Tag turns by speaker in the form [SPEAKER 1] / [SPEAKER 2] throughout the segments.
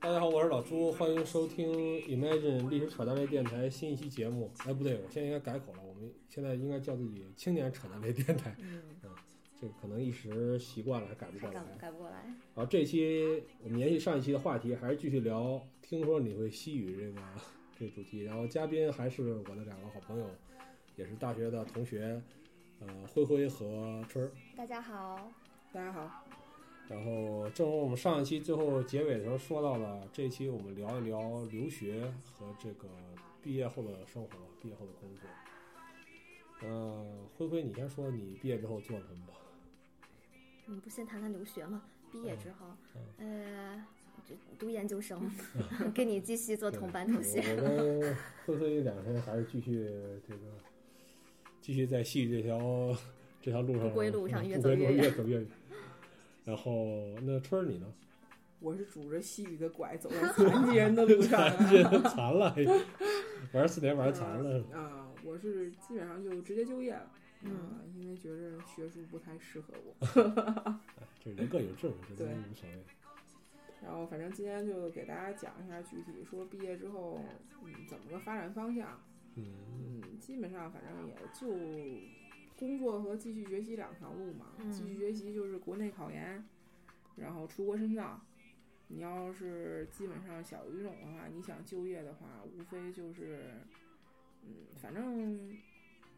[SPEAKER 1] 小猪，欢迎收听 Imagine 历史扯淡类电台新一期节目。哎，不对，我现在应该改口了，我们现在应该叫自己青年扯淡类电台。啊
[SPEAKER 2] 嗯，
[SPEAKER 1] 这个可能一时习惯了，还改不
[SPEAKER 2] 还
[SPEAKER 1] 过来
[SPEAKER 2] 改。改不过来。
[SPEAKER 1] 好，这期我们延续上一期的话题，还是继续聊。听说你会西语这个 这个主题，然后嘉宾还是我的两个好朋友，也是大学的同学，呃，灰灰和春儿。
[SPEAKER 2] 大家好，
[SPEAKER 3] 大家好，
[SPEAKER 1] 然后，正如我们上一期最后结尾的时候说到了，这一期我们聊一聊留学和这个毕业后的生活、毕业后的工作。呃，辉辉，你先说你毕业之后做了什么吧？
[SPEAKER 2] 你不先谈谈留学吗？毕
[SPEAKER 1] 嗯
[SPEAKER 2] 业之后，呃，就读研究生，
[SPEAKER 1] 嗯
[SPEAKER 2] 跟你继续做同班同学。
[SPEAKER 1] 我跟辉辉两个人还是继续这个，继续在戏剧这条这条路上
[SPEAKER 2] 不归路上
[SPEAKER 1] 嗯
[SPEAKER 2] 越
[SPEAKER 1] 不
[SPEAKER 2] 走
[SPEAKER 1] 归路
[SPEAKER 2] 越远
[SPEAKER 1] 越走越远。然后，那春儿你 呢？
[SPEAKER 3] 我是拄着西语的拐走在残疾人的路上
[SPEAKER 1] 残
[SPEAKER 3] 啊
[SPEAKER 1] 疾人残了，玩四年玩残了。
[SPEAKER 3] 啊！我是基本上就直接就业了，
[SPEAKER 2] 嗯
[SPEAKER 3] 啊，因为觉着学术不太适合我。
[SPEAKER 1] 这人各有志，这都
[SPEAKER 3] 对
[SPEAKER 1] 无所谓。
[SPEAKER 3] 然后反正今天就给大家讲一下具体说毕业之后，嗯，怎么个发展方向。
[SPEAKER 1] 嗯，
[SPEAKER 3] 嗯，基本上反正也就工作和继续学习两条路嘛。
[SPEAKER 2] 嗯
[SPEAKER 3] 继续学习就是国内考研，然后出国深造。你要是基本上小语种的话，你想就业的话，无非就是，嗯，反正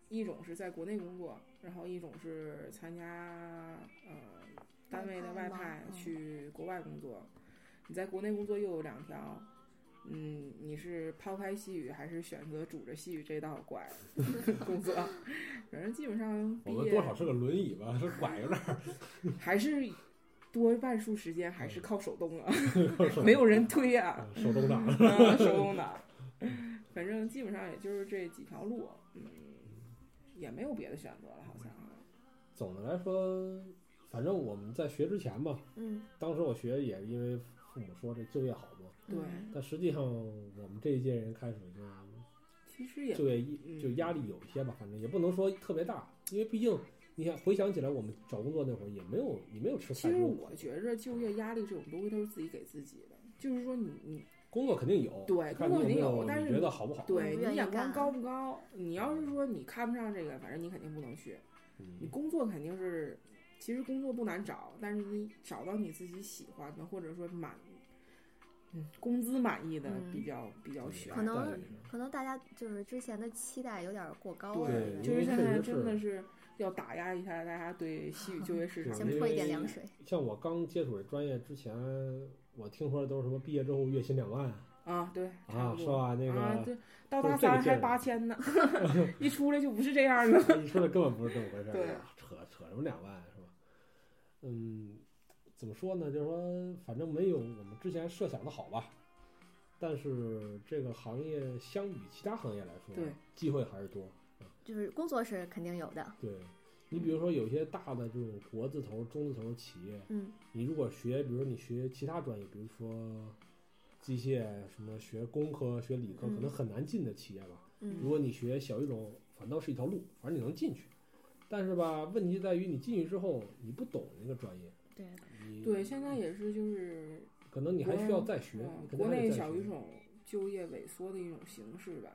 [SPEAKER 3] 一种是在国内工作，然后一种是参加呃单位的
[SPEAKER 2] 外
[SPEAKER 3] 外
[SPEAKER 2] 派
[SPEAKER 3] 派
[SPEAKER 2] 吗嗯
[SPEAKER 3] 去国外工作。你在国内工作又有两条，嗯，你是抛开西语，还是选择拄着西语这道拐 工作？反正基本上
[SPEAKER 1] 我
[SPEAKER 3] 毕
[SPEAKER 1] 们
[SPEAKER 3] 业
[SPEAKER 1] 多少是个轮椅吧， 是拐有点
[SPEAKER 3] 还是多半数时间还是靠手动啊，
[SPEAKER 1] 儿
[SPEAKER 3] 没有人推啊，
[SPEAKER 1] 嗯手动挡。
[SPEAKER 3] 嗯手动挡。 反正基本上也就是这几条路，嗯，也没有别的选择了，好像啊。
[SPEAKER 1] 总的来说，反正我们在学之前吧，
[SPEAKER 2] 嗯，
[SPEAKER 1] 当时我学也因为父母说这就业好嘛，
[SPEAKER 3] 对
[SPEAKER 2] 嗯
[SPEAKER 1] 但实际上我们这一届人开始就
[SPEAKER 3] 其实也
[SPEAKER 1] 就业一
[SPEAKER 3] 嗯
[SPEAKER 1] 就压力有一些吧，反正也不能说特别大，因为毕竟你想回想起来，我们找工作那会儿也没有你没有吃
[SPEAKER 3] 其
[SPEAKER 1] 太
[SPEAKER 3] 实
[SPEAKER 1] 多，
[SPEAKER 3] 我觉着就业压力这种东西都是自己给自己的，就是说你你
[SPEAKER 1] 工作肯定有，
[SPEAKER 3] 对
[SPEAKER 1] 看
[SPEAKER 3] 工
[SPEAKER 1] 你有
[SPEAKER 3] 作肯定
[SPEAKER 1] 没
[SPEAKER 3] 有但是
[SPEAKER 1] 你觉得好不好？
[SPEAKER 3] 对
[SPEAKER 2] 愿
[SPEAKER 3] 你
[SPEAKER 2] 意
[SPEAKER 3] 眼光
[SPEAKER 2] 干
[SPEAKER 3] 高不高？你要是说你看不上这个，反正你肯定不能去。你
[SPEAKER 1] 嗯，
[SPEAKER 3] 工作肯定是，其实工作不难找，但是你找到你自己喜欢的，或者说满，嗯，工资满意的
[SPEAKER 2] 嗯
[SPEAKER 3] 比较、比较悬
[SPEAKER 2] 可。能
[SPEAKER 1] 待遇
[SPEAKER 2] 可能大家就是之前的期待有点过高了，
[SPEAKER 1] 对
[SPEAKER 2] 有
[SPEAKER 3] 就
[SPEAKER 2] 点
[SPEAKER 3] 是现在
[SPEAKER 1] 因为确实是
[SPEAKER 3] 真的是要打压一下大家对西语就业 市场
[SPEAKER 1] 对
[SPEAKER 2] 先
[SPEAKER 3] 的
[SPEAKER 2] 泼一点凉水。
[SPEAKER 1] 像我刚接触这专业之前，我听说的都是什么毕业之后月薪两万
[SPEAKER 3] 啊，对，差
[SPEAKER 1] 啊，
[SPEAKER 3] 不
[SPEAKER 1] 是
[SPEAKER 3] 多。
[SPEAKER 1] 吧？那个、
[SPEAKER 3] 啊，对，到
[SPEAKER 1] 就是这个
[SPEAKER 3] 大三
[SPEAKER 1] 劲
[SPEAKER 3] 还
[SPEAKER 1] 儿
[SPEAKER 3] 八千 呢，一出来就不是这样的。
[SPEAKER 1] 你说的根本不是这么回事儿，
[SPEAKER 3] 对
[SPEAKER 1] 啊扯扯什么两万是吧？嗯，怎么说呢？就是说，反正没有我们之前设想的好吧。但是这个行业相比其他行业来说，
[SPEAKER 3] 对
[SPEAKER 1] 机会还是多。
[SPEAKER 2] 就是工作是肯定有的，
[SPEAKER 1] 对你比如说，有些大的这种国字头、中字头企业，
[SPEAKER 2] 嗯
[SPEAKER 1] 你如果学，比如说你学其他专业，比如说机械什么，学工科、学理科，
[SPEAKER 2] 嗯
[SPEAKER 1] 可能很难进的企业吧。如
[SPEAKER 2] 嗯
[SPEAKER 1] 果你学小语种，反倒是一条路，反正你能进去。但是吧，问题在于你进去之后，你不懂那个专业，
[SPEAKER 2] 对，
[SPEAKER 1] 你
[SPEAKER 3] 对，现在也是就是
[SPEAKER 1] 可能你还需要再学
[SPEAKER 3] 嗯，
[SPEAKER 1] 可
[SPEAKER 3] 国
[SPEAKER 1] 能还得
[SPEAKER 3] 内
[SPEAKER 1] 再
[SPEAKER 3] 小语
[SPEAKER 1] 学
[SPEAKER 3] 种就业萎缩的一种形式吧，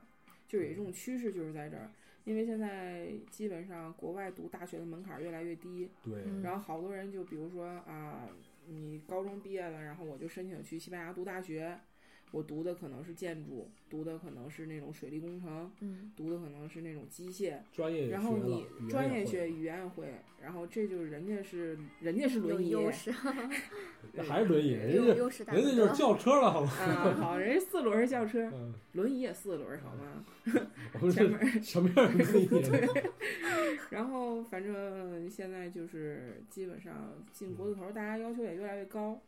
[SPEAKER 3] 就有一种趋势就是在这儿，因为现在基本上国外读大学的门槛儿越来越低，
[SPEAKER 1] 对，
[SPEAKER 2] 嗯
[SPEAKER 3] 然后好多人就比如说啊，你高中毕业了，然后我就申请去西班牙读大学，我读的可能是建筑，读的可能是那种水利工程，
[SPEAKER 2] 嗯
[SPEAKER 3] 读的可能是那种机械，
[SPEAKER 1] 专业也
[SPEAKER 3] 然后
[SPEAKER 1] 学了
[SPEAKER 3] 你
[SPEAKER 1] 语言
[SPEAKER 3] 专
[SPEAKER 1] 也
[SPEAKER 3] 业
[SPEAKER 1] 会
[SPEAKER 3] 学语言也会，然后这就是人家是人家是
[SPEAKER 2] 有
[SPEAKER 3] 轮椅，
[SPEAKER 2] 优势，
[SPEAKER 1] 那还是轮
[SPEAKER 3] 嗯
[SPEAKER 1] 椅， 人
[SPEAKER 2] 有
[SPEAKER 1] 家
[SPEAKER 2] 优势大
[SPEAKER 1] 人家就是
[SPEAKER 2] 哥。
[SPEAKER 1] 轿车了，好 吗？
[SPEAKER 3] 啊，好，人家四轮儿轿车，
[SPEAKER 1] 嗯，
[SPEAKER 3] 轮椅也四轮儿 好吗？
[SPEAKER 1] 我们
[SPEAKER 3] 前
[SPEAKER 1] 是
[SPEAKER 3] 面儿，
[SPEAKER 1] 什么 样的轮椅？
[SPEAKER 3] 然后反正现在就是基本上进国字
[SPEAKER 1] 嗯
[SPEAKER 3] 头，大家要求也越来越高。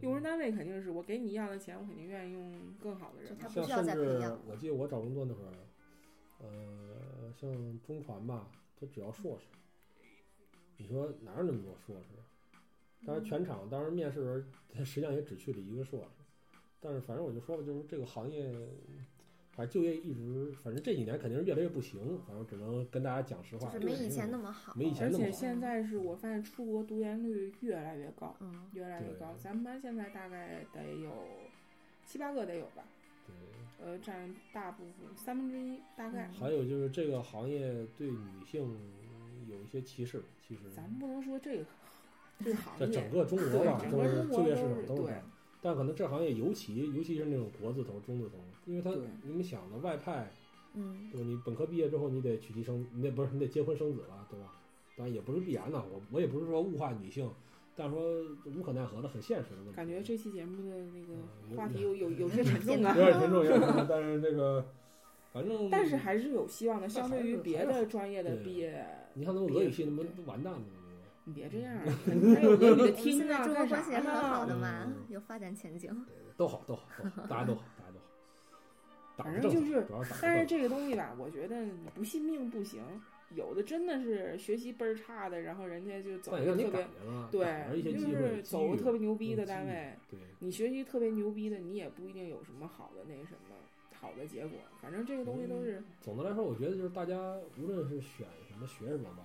[SPEAKER 3] 用人单位肯定是我给你一样的钱，我肯定愿意用更好的人
[SPEAKER 2] 就他
[SPEAKER 3] 嘛。
[SPEAKER 2] 不
[SPEAKER 1] 像
[SPEAKER 2] 需要
[SPEAKER 1] 甚
[SPEAKER 2] 再培
[SPEAKER 1] 至
[SPEAKER 2] 养
[SPEAKER 1] 我记得我找工作那会儿，呃，像中传吧，他只要硕士，你说哪有那么多硕士？当
[SPEAKER 2] 嗯
[SPEAKER 1] 然，全场当时面试的时候，实际上也只去了一个硕士。但是反正我就说吧，就是这个行业，反正就业一直，反正这几年肯定是越来越不行。反正只能跟大家讲实
[SPEAKER 2] 就
[SPEAKER 1] 话，
[SPEAKER 2] 是没以前那么好，
[SPEAKER 1] 没以前
[SPEAKER 3] 而
[SPEAKER 1] 那么
[SPEAKER 3] 且
[SPEAKER 1] 好。
[SPEAKER 3] 现在是我发现出国读研率越来越高，
[SPEAKER 2] 嗯
[SPEAKER 3] 越来越高
[SPEAKER 1] 对。
[SPEAKER 3] 咱们班现在大概得有七八个得有吧，
[SPEAKER 1] 对，
[SPEAKER 3] 呃，占大部分三分之一大概。
[SPEAKER 1] 还有就是这个行业对女性有一些歧视，其实
[SPEAKER 3] 咱们不能说这个这个行
[SPEAKER 1] 在
[SPEAKER 3] 业，
[SPEAKER 1] 整个中国
[SPEAKER 3] 对
[SPEAKER 1] 吧，
[SPEAKER 3] 整
[SPEAKER 1] 都
[SPEAKER 3] 个
[SPEAKER 1] 是
[SPEAKER 3] 中国
[SPEAKER 1] 就业市
[SPEAKER 3] 都
[SPEAKER 1] 场
[SPEAKER 3] 是
[SPEAKER 1] 都是这
[SPEAKER 3] 对
[SPEAKER 1] 样。但可能这行业尤其，尤其是那种国字头、中字头，因为他
[SPEAKER 3] 对
[SPEAKER 1] 你们想的外派，
[SPEAKER 2] 嗯，
[SPEAKER 1] 对吧？你本科毕业之后，你得娶妻生，你得不是你得结婚生子了，对吧？当然也不是必然的，我我也不是说物化女性，但是说无可奈何的，很现实的问题。
[SPEAKER 3] 感觉这期节目的那
[SPEAKER 1] 嗯
[SPEAKER 3] 个话题有有有些沉重
[SPEAKER 1] 有
[SPEAKER 3] 啊，
[SPEAKER 1] 点沉重，有点沉重，但是这个反正
[SPEAKER 3] 但是还是有希望的。
[SPEAKER 1] 但还
[SPEAKER 3] 相对
[SPEAKER 1] 是
[SPEAKER 3] 于别
[SPEAKER 1] 还是
[SPEAKER 3] 的专业的
[SPEAKER 1] 嗯对
[SPEAKER 3] 毕业，
[SPEAKER 1] 你看那俄语系，那不都完蛋了吗？
[SPEAKER 3] 你别这样 儿，还有俄语
[SPEAKER 2] 我
[SPEAKER 3] 的
[SPEAKER 2] 们现
[SPEAKER 3] 听
[SPEAKER 2] 在
[SPEAKER 3] 啊，
[SPEAKER 2] 中国
[SPEAKER 3] 干
[SPEAKER 2] 关系也
[SPEAKER 3] 啥
[SPEAKER 2] 很好
[SPEAKER 3] 呢？
[SPEAKER 2] 的嘛
[SPEAKER 1] 嗯，
[SPEAKER 2] 有发展前景。
[SPEAKER 1] 都好，都好，都好，大家都好，大家都好。打
[SPEAKER 3] 反
[SPEAKER 1] 个
[SPEAKER 3] 正
[SPEAKER 1] 正常
[SPEAKER 3] 就是
[SPEAKER 1] 主要打个
[SPEAKER 3] 但
[SPEAKER 1] 正常
[SPEAKER 3] 是这个东西吧，我觉得你不信命不行。有的真的是学习倍儿差的，然后人家就走
[SPEAKER 1] 但也
[SPEAKER 3] 的
[SPEAKER 1] 让你
[SPEAKER 3] 特别
[SPEAKER 1] 赶上了，赶上
[SPEAKER 3] 对，
[SPEAKER 1] 一些
[SPEAKER 3] 就
[SPEAKER 1] 机会，
[SPEAKER 3] 是走
[SPEAKER 1] 机
[SPEAKER 3] 个
[SPEAKER 1] 遇
[SPEAKER 3] 特别牛逼
[SPEAKER 1] 嗯
[SPEAKER 3] 的
[SPEAKER 1] 机
[SPEAKER 3] 单
[SPEAKER 1] 遇
[SPEAKER 3] 位，
[SPEAKER 1] 对，
[SPEAKER 3] 你学习特别牛逼的，你也不一定有什么好的那什么好的结果。反正这个东西都是
[SPEAKER 1] 总的来说，我觉得就是大家无论是选什么学什么吧，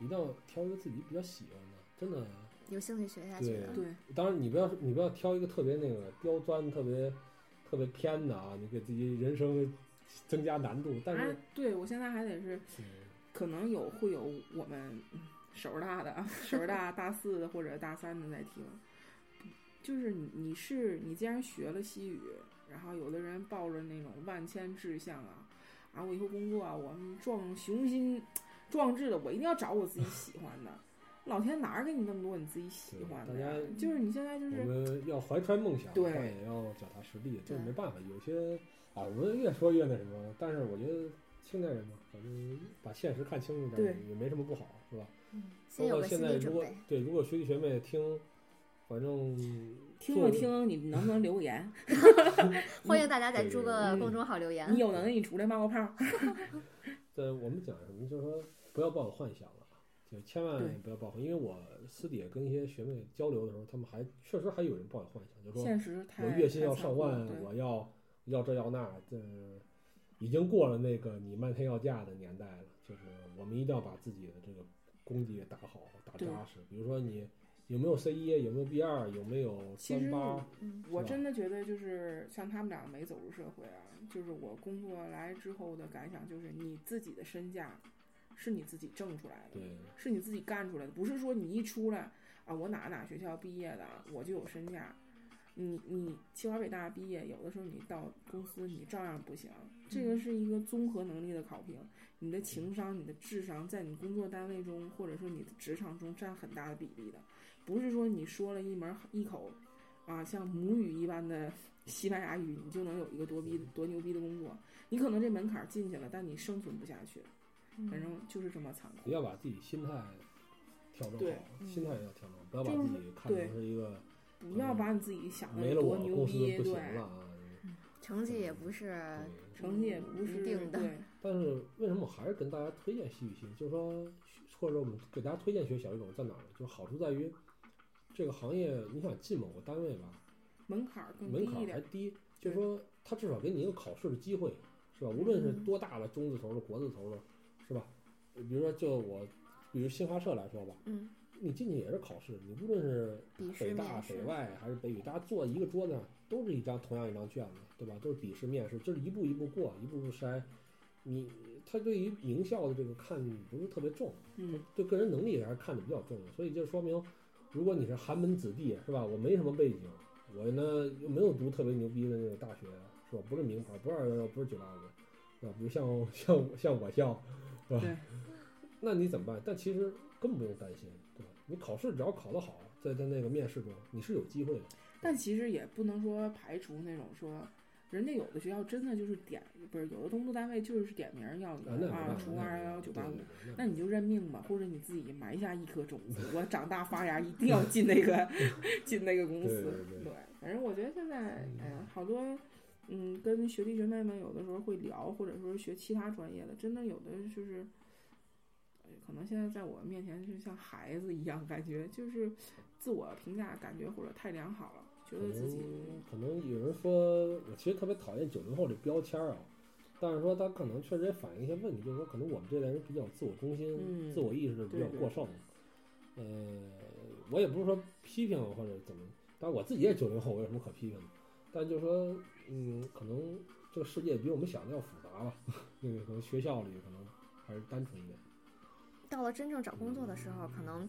[SPEAKER 1] 一定要挑一个自己比较喜欢的，真的。
[SPEAKER 2] 有兴趣学下去
[SPEAKER 1] 对
[SPEAKER 2] 的，
[SPEAKER 3] 嗯对，
[SPEAKER 1] 当然，你不要你不要挑一个特别那个刁钻、特别特别偏的啊，你给自己人生增加难度。但是
[SPEAKER 3] 啊，对我现在还得是
[SPEAKER 1] 嗯
[SPEAKER 3] 可能有会有我们嗯手儿大的 啊手儿大大四的或者大三的在听，就是你你是你既然学了西语，然后有的人抱着那种万千志向啊，啊我以后工作啊，我们壮雄心壮志的，我一定要找我自己喜欢 的。老天哪儿给你那么多你自己喜
[SPEAKER 1] 对
[SPEAKER 3] 欢
[SPEAKER 1] 大
[SPEAKER 3] 的呀？
[SPEAKER 1] 家
[SPEAKER 3] 就是你现在就是
[SPEAKER 1] 我们要怀揣梦想，
[SPEAKER 3] 对
[SPEAKER 1] 但也要脚踏实地，这
[SPEAKER 2] 对
[SPEAKER 1] 没办法。有些啊，我们越说越那什么，但是我觉得现代人嘛，反正把现实看清楚点儿
[SPEAKER 3] 对
[SPEAKER 1] 也没什么不好，是吧？
[SPEAKER 2] 嗯，先
[SPEAKER 1] 包
[SPEAKER 2] 有
[SPEAKER 1] 括
[SPEAKER 2] 个
[SPEAKER 1] 现
[SPEAKER 2] 心
[SPEAKER 1] 在
[SPEAKER 2] 理
[SPEAKER 1] 如
[SPEAKER 2] 准
[SPEAKER 1] 果
[SPEAKER 2] 备。
[SPEAKER 1] 对，如果学弟学妹听，反正
[SPEAKER 3] 听
[SPEAKER 1] 做
[SPEAKER 3] 了听，你能不能留个 言？
[SPEAKER 2] 欢迎大家在
[SPEAKER 1] 对
[SPEAKER 2] 诸个公众号留言
[SPEAKER 3] 你。有能耐，你出来冒个泡。
[SPEAKER 1] 呃，我们讲什么，就是说不要抱有幻想了，啊就千
[SPEAKER 3] 对
[SPEAKER 1] 万不要抱幻，因为我私底下跟一些学妹交流的时候，他们还确实还有人抱有幻想，就说
[SPEAKER 3] 现实太
[SPEAKER 1] 我月薪
[SPEAKER 3] 太
[SPEAKER 1] 要
[SPEAKER 3] 残
[SPEAKER 1] 上
[SPEAKER 3] 酷了
[SPEAKER 1] 万
[SPEAKER 3] 对，
[SPEAKER 1] 我要要这要那，就是已经过了那个你漫天要价的年代了，就是我们一定要把自己的这个功底给打好、打
[SPEAKER 3] 对
[SPEAKER 1] 扎实。比如说你有没有 C 一，有没有 B 二，有没有
[SPEAKER 3] 其
[SPEAKER 1] 专
[SPEAKER 3] 实
[SPEAKER 1] 八，
[SPEAKER 2] 嗯，
[SPEAKER 1] 是
[SPEAKER 3] 我
[SPEAKER 1] 吧
[SPEAKER 3] 真的觉得就是像他们俩没走入社会啊，就是我工作来之后的感想，就是你自己的身价是你自己挣出来的，
[SPEAKER 1] 对。
[SPEAKER 3] 是你自己干出来的，不是说你一出来啊，我哪哪学校毕业的，我就有身价。你你清华北大毕业，有的时候你到公司你照样不行，这个是一个综合能力的考评。你的情商、你的智商，在你工作单位中或者说你的职场中占很大的比例的，不是说你说了一门一口啊像母语一般的 西班牙语，你就能有一个多逼多牛逼的工作。你可能这门槛进去了，但你生存不下去，反
[SPEAKER 2] 嗯
[SPEAKER 3] 正就是这么残酷。
[SPEAKER 1] 要把自己心态调整
[SPEAKER 3] 对
[SPEAKER 1] 好，
[SPEAKER 2] 嗯
[SPEAKER 1] 心态要调整，不要把
[SPEAKER 3] 就是
[SPEAKER 1] 自己看
[SPEAKER 3] 对
[SPEAKER 1] 成是一个
[SPEAKER 3] 不要把你自己想的
[SPEAKER 1] 嗯没了
[SPEAKER 3] 有
[SPEAKER 1] 我
[SPEAKER 3] 多牛
[SPEAKER 1] 公司
[SPEAKER 3] 逼，
[SPEAKER 1] 不行
[SPEAKER 3] 对，
[SPEAKER 1] 了啊。
[SPEAKER 2] 成绩也不是，
[SPEAKER 1] 对，
[SPEAKER 3] 成绩也不是
[SPEAKER 2] 一定的
[SPEAKER 3] 对，
[SPEAKER 1] 但是为什么我还是跟大家推荐西语系？就是说，或者我们给大家推荐学小语种在哪儿呢？就好处在于，这个行业你想进某个单位吧，
[SPEAKER 3] 门槛儿更低
[SPEAKER 1] 门槛
[SPEAKER 3] 一
[SPEAKER 1] 儿还
[SPEAKER 3] 点。
[SPEAKER 1] 低，就是说他至少给你一个考试的机会，是吧？无论
[SPEAKER 3] 嗯
[SPEAKER 1] 是多大的中字头的、国字头的，是吧？比如说，就我，比如新华社来说吧，
[SPEAKER 2] 嗯，
[SPEAKER 1] 你进去也是考试，你无论是
[SPEAKER 2] 笔试、
[SPEAKER 1] 北大、
[SPEAKER 2] 面
[SPEAKER 1] 北
[SPEAKER 2] 试，
[SPEAKER 1] 外还是北语，大家坐一个桌子上，都是一张同样一张卷子，对吧？都是笔试、面试，就是一步一步过，一步步筛。你他对于名校的这个看不是特别重，
[SPEAKER 3] 嗯，
[SPEAKER 1] 对个人能力还是看得比较重的，所以就说明，如果你是寒门子弟，是吧？我没什么背景，我呢又没有读特别牛逼的那种大学，是吧？不是名牌，不是二幺幺，不是九八五，是吧？比如像像像我校，是吧
[SPEAKER 3] 对？
[SPEAKER 1] 那你怎么办？但其实根本不用担心，对吧？你考试只要考得好，在在那个面试中，你是有机会的。
[SPEAKER 3] 但其实也不能说排除那种说，人家有的学校真的就是点，不是有的东部单位就是点名儿要你
[SPEAKER 1] 啊，那没办法，
[SPEAKER 3] 啊，除
[SPEAKER 1] 那
[SPEAKER 3] 二
[SPEAKER 1] 没
[SPEAKER 3] 幺
[SPEAKER 1] 办
[SPEAKER 3] 幺
[SPEAKER 1] 法
[SPEAKER 3] 九八五，，
[SPEAKER 1] 对对对
[SPEAKER 3] 那你就认命吧，或者你自己埋下一颗种子，我长大发芽一定要进 那个 进那个公司。
[SPEAKER 1] 对对对
[SPEAKER 3] 反正我觉得现在，哎呀，好多，嗯，跟学弟学妹们有的时候会聊，或者说学其他专业的，真的有的就是，哎可能现在在我面前就像孩子一样，感觉就是自我评价感觉或者太良好了，觉
[SPEAKER 1] 可
[SPEAKER 3] 得自己
[SPEAKER 1] 能可能有人说，我其实特别讨厌九零后这标签儿啊，但是说他可能确实也反映一些问题，就是说可能我们这代人比较自我中心，
[SPEAKER 3] 嗯
[SPEAKER 1] 自我意识比较
[SPEAKER 3] 对对
[SPEAKER 1] 过剩。呃，我也不是说批评或者怎么，但是我自己也九零后，我有什么可批评的？但就是说，嗯，可能这个世界比我们想的要复杂吧。那个可能学校里可能还是单纯一点。
[SPEAKER 2] 到了真正找工作的时候，可能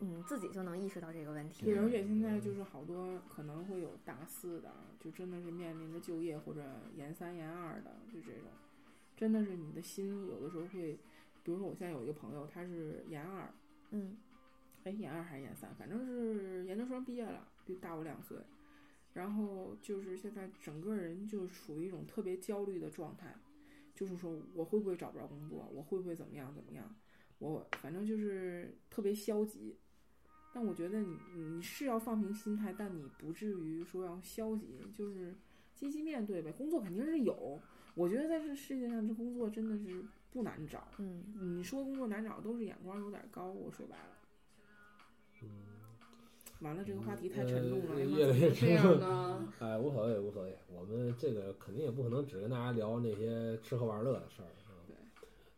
[SPEAKER 2] 嗯自己就能意识到这个问题
[SPEAKER 3] 对，而且现在就是好多可能会有大四的，就真的是面临着就业或者研三研二的，就这种，真的是你的心有的时候会，比如说我现在有一个朋友，他是研二，
[SPEAKER 2] 嗯
[SPEAKER 3] 哎，研二还是研三，反正是研究生毕业了，比大我两岁。然后就是现在整个人就处于一种特别焦虑的状态，就是说我会不会找不着工作，我会不会怎么样怎么样，我反正就是特别消极。但我觉得你你是要放平心态，但你不至于说要消极，就是积极面对呗。工作肯定是有，我觉得在这世界上这工作真的是不难找。
[SPEAKER 2] 嗯，
[SPEAKER 3] 你说工作难找都是眼光有点高，我说白了。
[SPEAKER 1] 嗯，
[SPEAKER 3] 完了，这个话题太沉重了，
[SPEAKER 1] 嗯
[SPEAKER 3] 哎妈
[SPEAKER 1] 越来越
[SPEAKER 3] 怎么这样呢？
[SPEAKER 1] 哎，无所谓，无所谓。我们这个肯定也不可能只跟大家聊那些吃喝玩乐的事儿。嗯
[SPEAKER 3] 对。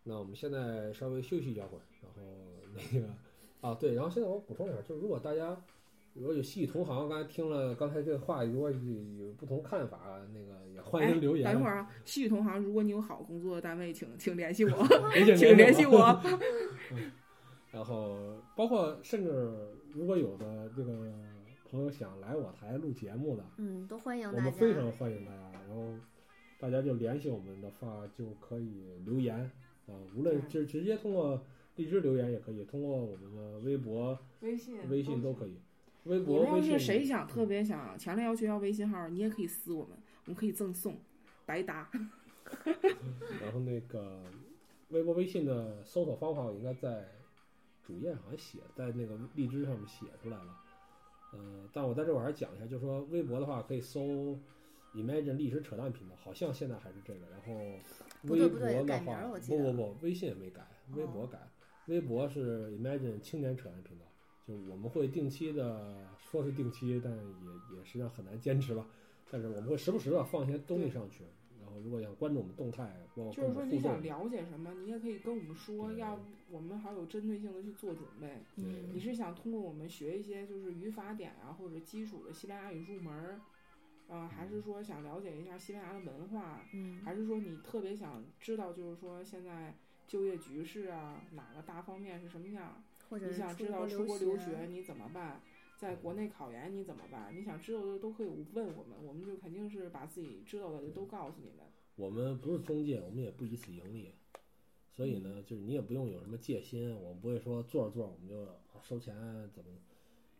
[SPEAKER 1] 那我们现在稍微休息一小会儿，然后那个啊，对，然后现在我补充一下，就是如果大家如果有戏同行，刚才听了刚才这个话，如果有有不同看法，啊那个也欢迎留言。
[SPEAKER 3] 哎、等一会儿啊，西语同行，如果你有好工作的单位，请请联 系我，
[SPEAKER 1] 没劲，
[SPEAKER 3] 啊请联系
[SPEAKER 1] 我。
[SPEAKER 3] 我。
[SPEAKER 1] 然后包括甚至如果有的这个朋友想来我台录节目的，
[SPEAKER 2] 嗯，都欢迎
[SPEAKER 1] 我
[SPEAKER 2] 大
[SPEAKER 1] 们非
[SPEAKER 2] 家。
[SPEAKER 1] 常欢迎大家。然后大家就联系我们的话，就可以留言啊，无论
[SPEAKER 3] 嗯
[SPEAKER 1] 是直接通过荔枝留言也可以，通过我们的微博、
[SPEAKER 3] 微信
[SPEAKER 1] 微信都可以。微
[SPEAKER 3] 你
[SPEAKER 1] 博、
[SPEAKER 3] 们要
[SPEAKER 1] 微信嗯
[SPEAKER 3] 是谁想特别想强烈要求要微信号，你也可以私我们，我们可以赠送，白搭。
[SPEAKER 1] 然后那个微博、微信的搜索方法，我应该在主页好像写在那个荔枝上面写出来了。呃，但我在这儿我还是讲一下，就是说微博的话可以搜 Imagine 历史扯淡频道，好像现在还是这个。然后
[SPEAKER 2] 不对
[SPEAKER 1] 微
[SPEAKER 2] 不
[SPEAKER 1] 博
[SPEAKER 2] 对
[SPEAKER 1] 的
[SPEAKER 2] 改名
[SPEAKER 1] 话
[SPEAKER 2] 儿我，记
[SPEAKER 1] 不
[SPEAKER 2] 得哦
[SPEAKER 1] 不不，微信也没改，微博改，微博是 Imagine 青年扯淡频道。就是我们会定期的，说是定期，但也也实际上很难坚持吧。但是我们会时不时的放一些东西上去，然后如果想关注我们动态，包括
[SPEAKER 3] 就
[SPEAKER 1] 跟
[SPEAKER 3] 是
[SPEAKER 1] 我
[SPEAKER 3] 说
[SPEAKER 1] 们
[SPEAKER 3] 你
[SPEAKER 1] 互动
[SPEAKER 3] 想，了解什么，你也可以跟我们说，
[SPEAKER 1] 对
[SPEAKER 3] 要我们还有针对性的去做准备。
[SPEAKER 1] 对
[SPEAKER 3] 你是想通过我们学一些就是语法典啊，或者基础的西班牙语入门儿，啊、还
[SPEAKER 1] 嗯
[SPEAKER 3] 是说想了解一下西班牙的文化，
[SPEAKER 2] 嗯
[SPEAKER 3] 还是说你特别想知道，就是说现在就业局势啊，哪个大方面是什么样？
[SPEAKER 2] 或者
[SPEAKER 3] 你
[SPEAKER 2] 是
[SPEAKER 3] 想知道出国留学你怎么办？在国内考研你怎么办？你想知道的都可以问我们，我们就肯定是把自己知道的就都告诉你们。
[SPEAKER 1] 我们不是中介，我们也不以此盈利，所以呢，就是你也不用有什么戒心，我们不会说做着做着我们就啊收钱怎么，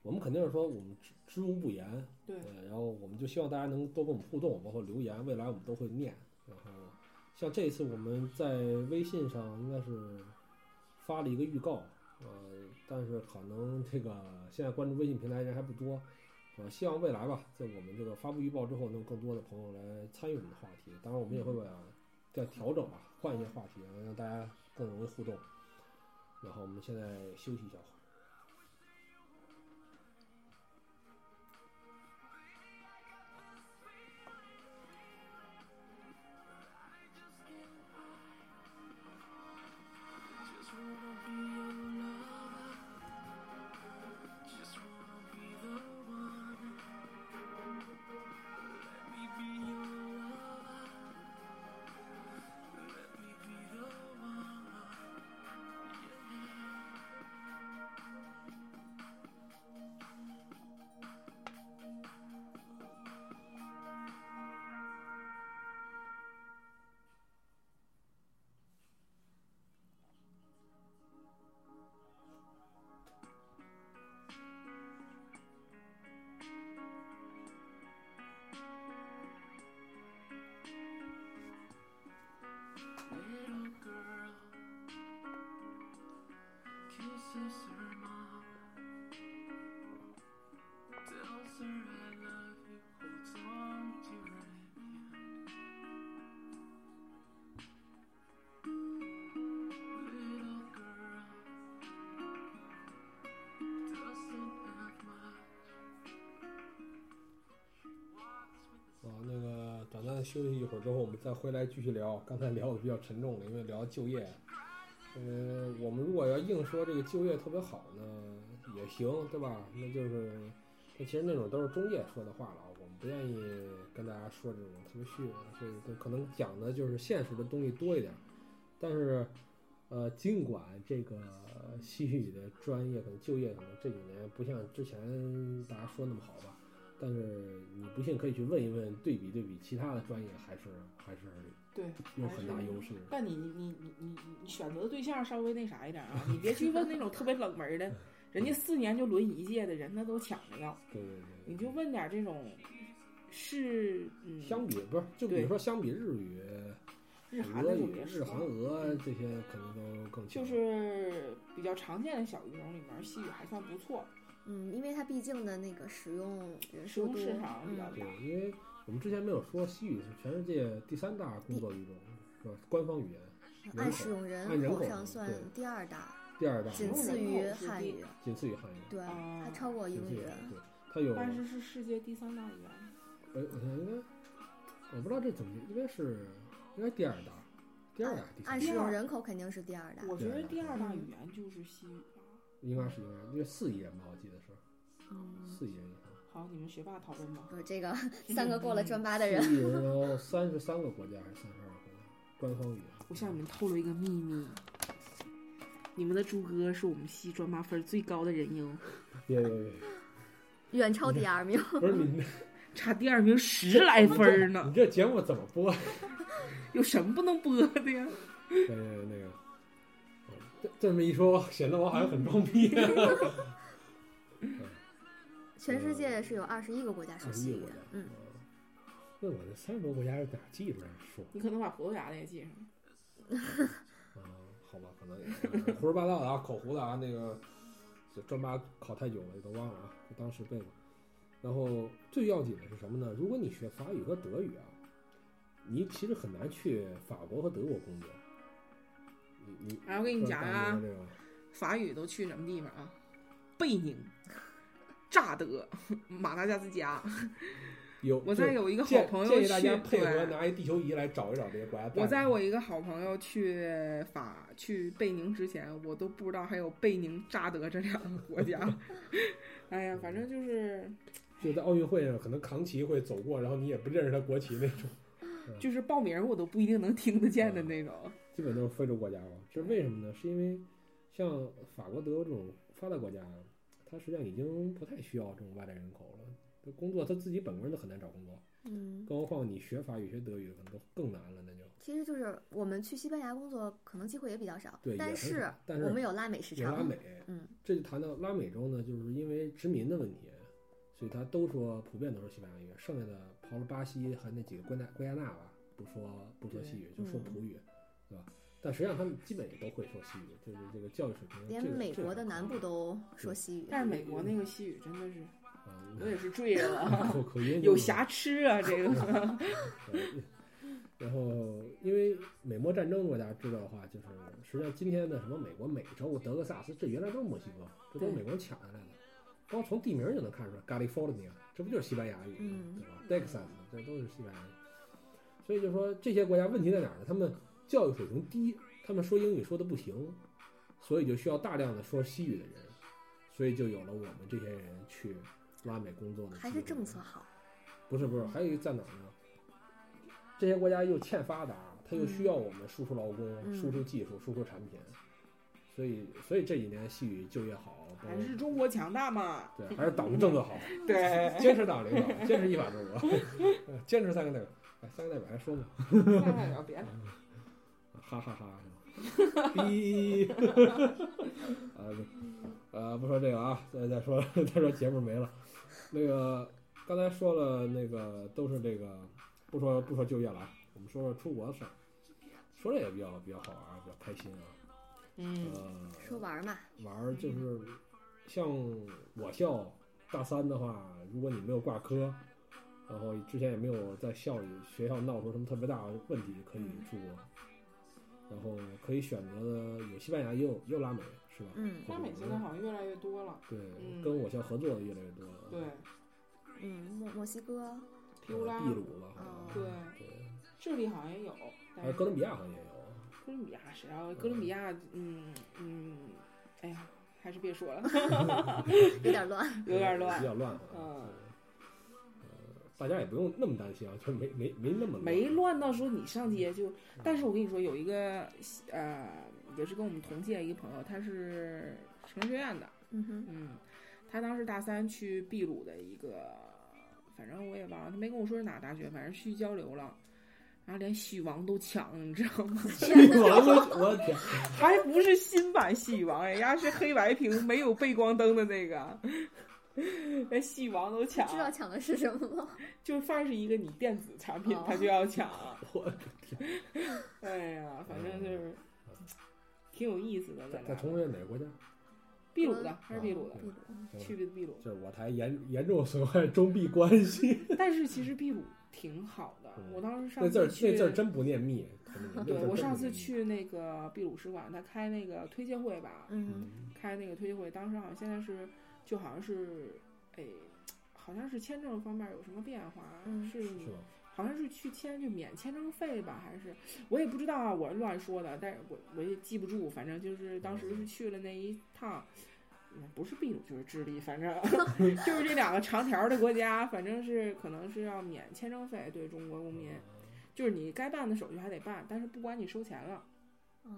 [SPEAKER 1] 我们肯定是说我们知知无不言，
[SPEAKER 3] 对
[SPEAKER 1] 呃然后我们就希望大家能多跟我们互动，包括留言，未来我们都会念。然后像这一次我们在微信上应该是发了一个预告，呃，但是可能这个现在关注微信平台人还不多，呃，希望未来吧，在我们这个发布预报之后，能有更多的朋友来参与我们的话题。当然，我们也会把再调整吧，换一些话题，让大家更容易互动。然后我们现在休息一下会儿。
[SPEAKER 4] Just wanna be your lover. Just wanna be the one. Let me be your lover. Let me be the one. Yeah. Little girl kisses her mom, tells her I love you, holds on to her hand. Little girl doesn't have much. She walks with the
[SPEAKER 1] 啊，那个短暂休息一会儿之后，我们再回来继续聊。刚才聊的比较沉重了，因为聊就业。呃，我们如果要硬说这个就业特别好呢，也行，对吧？那就是，那其实那种都是中介说的话了，我们不不愿意跟大家说这种特别虚伪的，所以就可能讲的就是现实的东西多一点。但是，呃，尽管这个西语的专业可能就业可能这几年不像之前大家说那么好吧，但是你不信可以去问一问，对比对比其他的专业还是还是
[SPEAKER 3] 对，
[SPEAKER 1] 有很大优势。
[SPEAKER 3] 但你你你你你你选择的对象稍微那啥一点啊，你别去问那种特别冷门的，人家四年就轮一届的人，那都抢着要，
[SPEAKER 1] 对对对，
[SPEAKER 3] 你就问点这种是嗯，
[SPEAKER 1] 相比不是就比
[SPEAKER 3] 对
[SPEAKER 1] 如说相比日语、
[SPEAKER 3] 日韩
[SPEAKER 1] 俄
[SPEAKER 3] 的就
[SPEAKER 1] 语、
[SPEAKER 3] 别
[SPEAKER 1] 日
[SPEAKER 3] 说
[SPEAKER 1] 韩
[SPEAKER 3] 了。
[SPEAKER 1] 俄这些肯定都更强
[SPEAKER 3] 就是比较常见的小语种里面，西语还算不错。
[SPEAKER 2] 嗯，因为它毕竟的那个使用人
[SPEAKER 3] 使
[SPEAKER 2] 数
[SPEAKER 3] 用
[SPEAKER 2] 多，
[SPEAKER 3] 市场比较
[SPEAKER 2] 嗯，
[SPEAKER 1] 对，因为我们之前没有说西语是全世界第三大工作语种，是吧？官方语言人
[SPEAKER 2] 按
[SPEAKER 1] 口
[SPEAKER 2] 使用人
[SPEAKER 1] 按人
[SPEAKER 2] 口
[SPEAKER 1] 口
[SPEAKER 2] 上算
[SPEAKER 1] 对
[SPEAKER 2] 第二大，
[SPEAKER 1] 第二大，
[SPEAKER 2] 仅
[SPEAKER 3] 人
[SPEAKER 2] 次
[SPEAKER 3] 口
[SPEAKER 2] 于
[SPEAKER 3] 是
[SPEAKER 2] 汉
[SPEAKER 3] 第
[SPEAKER 2] 语，
[SPEAKER 1] 仅次于汉语，
[SPEAKER 2] 对，
[SPEAKER 3] 哦
[SPEAKER 2] 它超过
[SPEAKER 1] 仅
[SPEAKER 2] 英
[SPEAKER 1] 次于
[SPEAKER 2] 语
[SPEAKER 1] 汉。语。对，它有
[SPEAKER 3] 但是是世界第三大语言。
[SPEAKER 1] 呃，我想应该我不知道这怎么应该是应该第二大，第二大还是第三
[SPEAKER 2] 按
[SPEAKER 1] 大
[SPEAKER 2] 使
[SPEAKER 3] 时
[SPEAKER 2] 用人口肯定是第二大，
[SPEAKER 3] 我觉得
[SPEAKER 1] 第
[SPEAKER 3] 第
[SPEAKER 1] 二
[SPEAKER 3] 二大语言就是西语吧。
[SPEAKER 1] 应该是应该因为四亿人吧，我记得是
[SPEAKER 2] 嗯，
[SPEAKER 1] 四亿人以上，
[SPEAKER 3] 好，你们学霸讨论吧。
[SPEAKER 2] 不是这个 三个过了专八的人，
[SPEAKER 1] 四亿人然后三十三个国家还是三十二个国家官方语言。
[SPEAKER 3] 我向你们透露一个秘密，你们的朱哥是我们系专八分最高的人英，
[SPEAKER 1] 别别别，
[SPEAKER 2] 远超第 二名。
[SPEAKER 1] 不是你
[SPEAKER 3] 差第二名十来分儿
[SPEAKER 1] 你
[SPEAKER 3] 呢，
[SPEAKER 1] 这节目怎么播？
[SPEAKER 3] 有什么不能播的呀？
[SPEAKER 1] 对对呃那个，嗯这这么一说，显得我好像很装逼。
[SPEAKER 2] 全世界是有二十一个国家说
[SPEAKER 1] 嗯二十
[SPEAKER 2] 西
[SPEAKER 1] 一个
[SPEAKER 2] 语
[SPEAKER 1] 国家
[SPEAKER 2] 的，，嗯，，
[SPEAKER 1] 那我这三十多国家是哪记出来啊说
[SPEAKER 3] 你可能把葡萄牙的也记上了。
[SPEAKER 1] 啊？好吧，可能呃胡说八道的啊，口胡的啊，那个这专八考太久了，都忘了啊，就当时背吧。然后最要紧的是什么呢？如果你学法语和德语啊，你其实很难去法国和德国工作。你你，
[SPEAKER 3] 哎，我跟你讲啊，
[SPEAKER 1] 这个
[SPEAKER 3] 法语都去什么地方啊？贝宁、乍得、马达加斯加。
[SPEAKER 1] 有
[SPEAKER 3] 我
[SPEAKER 1] 这
[SPEAKER 3] 在有一个好
[SPEAKER 1] 建
[SPEAKER 3] 朋友
[SPEAKER 1] 建
[SPEAKER 3] 去，
[SPEAKER 1] 议大家配合
[SPEAKER 3] 对，
[SPEAKER 1] 拿一地球仪来找一找这些国家。
[SPEAKER 3] 我在我一个好朋友去法去贝宁之前，我都不知道还有贝宁、乍得这两个国 家。哎呀，反正就是
[SPEAKER 1] 就在奥运会上，可能扛旗会走过，然后你也不认识他国旗那种，
[SPEAKER 3] 就是报名儿我都不一定能听得见的那种。
[SPEAKER 1] 基本都是非洲国家吧。这是为什么呢？是因为像法国、德国这种发达国家，它实际上已经不太需要这种外来人口了。这工作他自己本国人都很难找工作，
[SPEAKER 2] 嗯，
[SPEAKER 1] 更何况你学法语、学德语可能都更难了。那就
[SPEAKER 2] 其实就是我们去西班牙工作可能机会也比较少
[SPEAKER 1] 对，，也
[SPEAKER 2] 但
[SPEAKER 1] 很
[SPEAKER 2] 是
[SPEAKER 1] 少但
[SPEAKER 2] 我们
[SPEAKER 1] 是
[SPEAKER 2] 有拉美市
[SPEAKER 1] 有拉
[SPEAKER 2] 场，
[SPEAKER 1] 美，
[SPEAKER 2] 嗯，
[SPEAKER 1] 这就谈到拉美洲呢，就是因为殖民的问题，所以他都说普遍都是西班牙语，剩下的刨了巴西和那几个圭纳圭亚那吧，不说不说西语，就
[SPEAKER 2] 嗯
[SPEAKER 1] 说葡语，对吧？但实际上他们基本也都会说西语，就是这个教育水平。
[SPEAKER 2] 连
[SPEAKER 1] 这个
[SPEAKER 2] 美国的南
[SPEAKER 1] 这
[SPEAKER 2] 部
[SPEAKER 1] 个
[SPEAKER 2] 都说西语，
[SPEAKER 3] 但是美国那个西语真的是，
[SPEAKER 1] 啊，
[SPEAKER 3] 我也是醉了，
[SPEAKER 1] 口口音
[SPEAKER 3] 有
[SPEAKER 1] 就是
[SPEAKER 3] 瑕疵啊，这个。
[SPEAKER 1] 呃然后，因为美墨战争，大家知道的话，就是实际上今天的什么美国、美洲、德克萨斯，这原来都是墨西哥，这都是
[SPEAKER 3] 对
[SPEAKER 1] 美国人抢下来的。光从地名就能看出来，California，这不就是西班牙语吗？
[SPEAKER 2] 嗯
[SPEAKER 1] 对吧？Texas，这都是西班牙语。所以就说这些国家问题在哪儿呢？他们教育水平低，他们说英语说的不行，所以就需要大量的说西语的人，所以就有了我们这些人去拉美工作的机会。
[SPEAKER 2] 还是政策好，
[SPEAKER 1] 不是不是，还有一个在哪儿呢？这些国家又欠发达，它又
[SPEAKER 3] 嗯
[SPEAKER 1] 需要我们输出劳工、
[SPEAKER 2] 嗯
[SPEAKER 1] 输出技术、输出产品，所以所以这几年西语就业好，包
[SPEAKER 3] 还是中国强大嘛？
[SPEAKER 1] 对，还是党的政策好，
[SPEAKER 3] 对，
[SPEAKER 1] 坚持党领导，坚持依法治国，呃坚持三个代表，哎，三个代表还说呢，
[SPEAKER 3] 上代表别了。
[SPEAKER 1] 哈哈哈是吧，逼，啊不啊不说这个啊，再再说再说节目没了，那个刚才说了那个都是这个，不说不说就业了啊，我们说说出国的事儿，说这也比较比较好玩儿，比较开心啊，
[SPEAKER 3] 嗯，
[SPEAKER 2] 说
[SPEAKER 1] 呃，
[SPEAKER 2] 玩儿嘛，
[SPEAKER 1] 玩儿就是像我校大三的话，如果你没有挂科。然后之前也没有在校里学校闹出什么特别大的问题，可以出国。然后可以选择的有西班牙，也有也有拉美，是吧？
[SPEAKER 2] 嗯
[SPEAKER 3] 拉美现在好像越来越多了。
[SPEAKER 1] 对，
[SPEAKER 3] 嗯
[SPEAKER 1] 跟我校合作的越来越多了。
[SPEAKER 3] 对，
[SPEAKER 2] 嗯，墨墨西哥，
[SPEAKER 3] 皮乌拉嗯
[SPEAKER 1] 呃，秘鲁吧，好像
[SPEAKER 2] 哦
[SPEAKER 3] 对，
[SPEAKER 1] 对，
[SPEAKER 3] 智利好像也有，但
[SPEAKER 1] 还有
[SPEAKER 3] 是
[SPEAKER 1] 哥
[SPEAKER 3] 哥
[SPEAKER 1] 伦比亚好像也有，
[SPEAKER 3] 伦比亚谁啊？哥伦比亚，嗯嗯，哎呀，还是别说了，
[SPEAKER 2] 有点乱，
[SPEAKER 3] 有点
[SPEAKER 1] 比
[SPEAKER 3] 乱。
[SPEAKER 1] 较乱。对，
[SPEAKER 3] 嗯
[SPEAKER 1] 呃大家也不用那么担心啊，就是没没没那么乱啊
[SPEAKER 3] 没乱到说你上街就，但是我跟你说，有一个呃，也是跟我们同届一个朋友，他是城市学院的，
[SPEAKER 2] 嗯哼，
[SPEAKER 3] 嗯，他当时大三去秘鲁的一个，反正我也忘了，他没跟我说是哪大学，反正去交流了，然后连许王都抢，你知道吗？
[SPEAKER 1] 我我我的天，
[SPEAKER 3] 还不是新版戏王，人家是黑白屏没有背光灯的那个，连戏王都抢，
[SPEAKER 2] 知道抢的是什么吗？
[SPEAKER 3] 就凡是一个你电子产品，
[SPEAKER 2] 哦
[SPEAKER 3] 他就要抢。
[SPEAKER 1] 我
[SPEAKER 3] 哎呀，反正就是挺有意思的，
[SPEAKER 1] 嗯在嗯
[SPEAKER 3] 那
[SPEAKER 1] 在重
[SPEAKER 3] 边
[SPEAKER 1] 庆哪个国家？
[SPEAKER 3] 秘鲁的，还是秘鲁的，
[SPEAKER 2] 秘 鲁，
[SPEAKER 3] 去的秘鲁。
[SPEAKER 1] 就是我台严严重损害中币关系。
[SPEAKER 3] 但是其实秘鲁挺好的，
[SPEAKER 1] 嗯
[SPEAKER 3] 我当时
[SPEAKER 1] 那
[SPEAKER 3] 上
[SPEAKER 1] 字儿
[SPEAKER 3] 次
[SPEAKER 1] 那
[SPEAKER 3] 去
[SPEAKER 1] 字，儿真不念密，那字儿
[SPEAKER 3] 啊对
[SPEAKER 1] 真
[SPEAKER 3] 我
[SPEAKER 1] 不
[SPEAKER 3] 上
[SPEAKER 1] 念
[SPEAKER 3] 次
[SPEAKER 1] 密，
[SPEAKER 3] 去那个秘鲁使馆，他开那个推介会吧，
[SPEAKER 2] 嗯，
[SPEAKER 1] 嗯，
[SPEAKER 3] 开那个推介会，当时好像现在是，就好像是，哎，好像是签证方面有什么变化，
[SPEAKER 2] 嗯
[SPEAKER 3] 是
[SPEAKER 1] 是吧？
[SPEAKER 3] 好像是去签就免签证费吧，还是我也不知道啊，我乱说的，但是我我也记不住，反正就是当时是去了那一趟，嗯，不是秘鲁就是智利，反正 就是这两个长条儿的国家，反正是可能是要免签证费对中国公民，
[SPEAKER 1] 嗯
[SPEAKER 3] 就是你该办的手续还得办，但是不管你收钱了，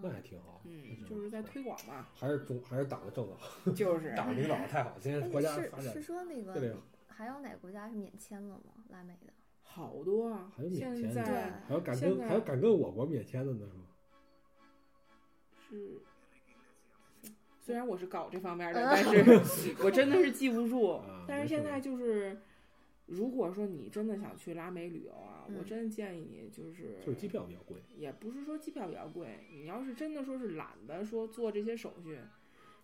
[SPEAKER 1] 那还挺好，，
[SPEAKER 3] 嗯，就是在推广嘛
[SPEAKER 1] 还是中还是党的政策好，
[SPEAKER 3] 就是
[SPEAKER 1] 党领导太好，现在国
[SPEAKER 2] 哎
[SPEAKER 1] 家
[SPEAKER 2] 是
[SPEAKER 1] 发
[SPEAKER 2] 是
[SPEAKER 1] 展
[SPEAKER 2] 说那
[SPEAKER 1] 特别
[SPEAKER 2] 个
[SPEAKER 1] 好，
[SPEAKER 2] 还有哪个国家是免签了吗？拉美的？
[SPEAKER 3] 好多啊
[SPEAKER 1] 还有，免
[SPEAKER 3] 现
[SPEAKER 1] 签的
[SPEAKER 2] 对
[SPEAKER 3] 在，
[SPEAKER 1] 还有敢
[SPEAKER 3] 现
[SPEAKER 1] 跟
[SPEAKER 3] 在
[SPEAKER 1] 还有敢跟我国免签的呢，是吧？
[SPEAKER 3] 是。嗯虽然我是搞这方面的，但是 我真的是记不住
[SPEAKER 1] 啊。
[SPEAKER 3] 但是
[SPEAKER 1] 没事
[SPEAKER 3] 现
[SPEAKER 1] 儿
[SPEAKER 3] 在就是，如果说你真的想去拉美旅游啊，
[SPEAKER 2] 嗯
[SPEAKER 3] 我真的建议你就是，
[SPEAKER 1] 就是机票比较贵，
[SPEAKER 3] 也不是说机票比较贵，你要是真的说是懒得说做这些手续，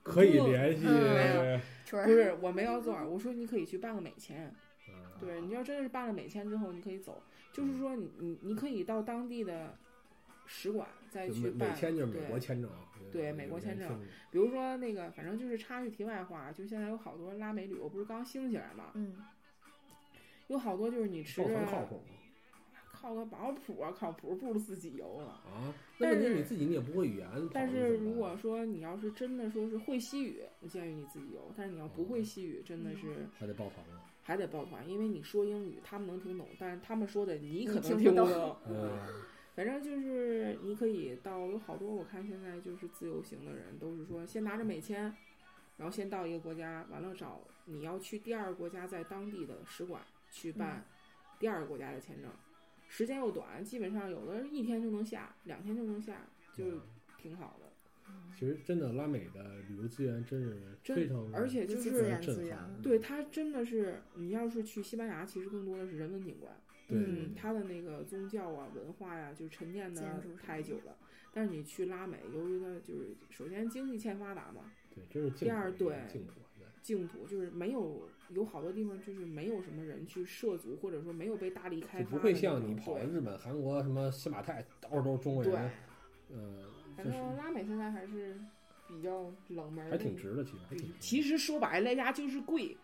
[SPEAKER 1] 可以联系，
[SPEAKER 2] 嗯春
[SPEAKER 3] 不
[SPEAKER 2] 儿，
[SPEAKER 3] 是我没有做，我说你可以去办个美签。
[SPEAKER 1] 嗯
[SPEAKER 3] 对，你要真的是办了美签之后，你可以走，就是说你你你可以到当地的使馆再
[SPEAKER 1] 就
[SPEAKER 3] 去
[SPEAKER 1] 美美
[SPEAKER 3] 办。
[SPEAKER 1] 签就是美
[SPEAKER 3] 对
[SPEAKER 1] 国签证啊，
[SPEAKER 3] 对
[SPEAKER 1] 有
[SPEAKER 3] 美国
[SPEAKER 1] 有
[SPEAKER 3] 签
[SPEAKER 1] 人
[SPEAKER 3] 证
[SPEAKER 1] 听过
[SPEAKER 3] 比如说那个，反正就是插句题外话，就现在有好多拉美旅游不是刚兴起来嘛，
[SPEAKER 2] 嗯，
[SPEAKER 3] 有好多就是啊你吃
[SPEAKER 1] 抱团
[SPEAKER 3] 着
[SPEAKER 1] 靠谱
[SPEAKER 3] 靠个保谱啊，靠谱不如自己游了。
[SPEAKER 1] 啊？那问题你自己你也不会语言，
[SPEAKER 3] 但
[SPEAKER 1] 讨论
[SPEAKER 3] 是
[SPEAKER 1] 怎么
[SPEAKER 3] 如
[SPEAKER 1] 办
[SPEAKER 3] 果说你要是真的说是会西语，我建议你自己游；但是你要不会西语，真的
[SPEAKER 2] 嗯
[SPEAKER 3] 是
[SPEAKER 1] 还得抱团了，
[SPEAKER 3] 还得抱团，因为你说英语他们能听懂，但是他们说的
[SPEAKER 2] 你
[SPEAKER 3] 你可能
[SPEAKER 2] 听不
[SPEAKER 3] 听不
[SPEAKER 2] 懂
[SPEAKER 3] 懂。
[SPEAKER 1] 嗯，
[SPEAKER 3] 反正就是你可以到有好多我看现在就是自由行的人都是说先拿着美签，然后先到一个国家，完了找你要去第二个国家在当地的使馆去办第二个国家的签证，时间又短，基本上有的一天就能下，两天就能下，就是
[SPEAKER 1] 啊
[SPEAKER 3] 挺好的。
[SPEAKER 2] 嗯
[SPEAKER 1] 其实真的拉美的旅游资源真是
[SPEAKER 3] 真
[SPEAKER 1] 非常，
[SPEAKER 3] 而且就
[SPEAKER 2] 尤其自
[SPEAKER 3] 是
[SPEAKER 2] 然
[SPEAKER 1] 震
[SPEAKER 2] 资源
[SPEAKER 1] 撼
[SPEAKER 2] 了
[SPEAKER 3] 对它真的是，你要是去西班牙，其实更多的是人文景观。
[SPEAKER 1] 对
[SPEAKER 3] 嗯，它的那个宗教啊、文化呀、就沉淀的
[SPEAKER 2] 建筑什么的
[SPEAKER 3] 太久了。但是你去拉美，由于它就是首先经济欠发达嘛，
[SPEAKER 1] 对，真是
[SPEAKER 3] 第二
[SPEAKER 1] 净土
[SPEAKER 3] 对
[SPEAKER 1] 净土对
[SPEAKER 3] 净土就是没有有好多地方就是没有什么人去涉足，或者说没有被大力开
[SPEAKER 1] 就
[SPEAKER 3] 发的那
[SPEAKER 1] 不
[SPEAKER 3] 种。
[SPEAKER 1] 会像你跑
[SPEAKER 3] 对
[SPEAKER 1] 了日本、韩国、什么新马泰，到处都是中国
[SPEAKER 3] 对，
[SPEAKER 1] 人，嗯，
[SPEAKER 3] 反
[SPEAKER 1] 就是
[SPEAKER 3] 正拉美现在还是比较冷门，
[SPEAKER 1] 还挺。值的，其实还挺值的。
[SPEAKER 3] 其实说白了，呀，就是 贵，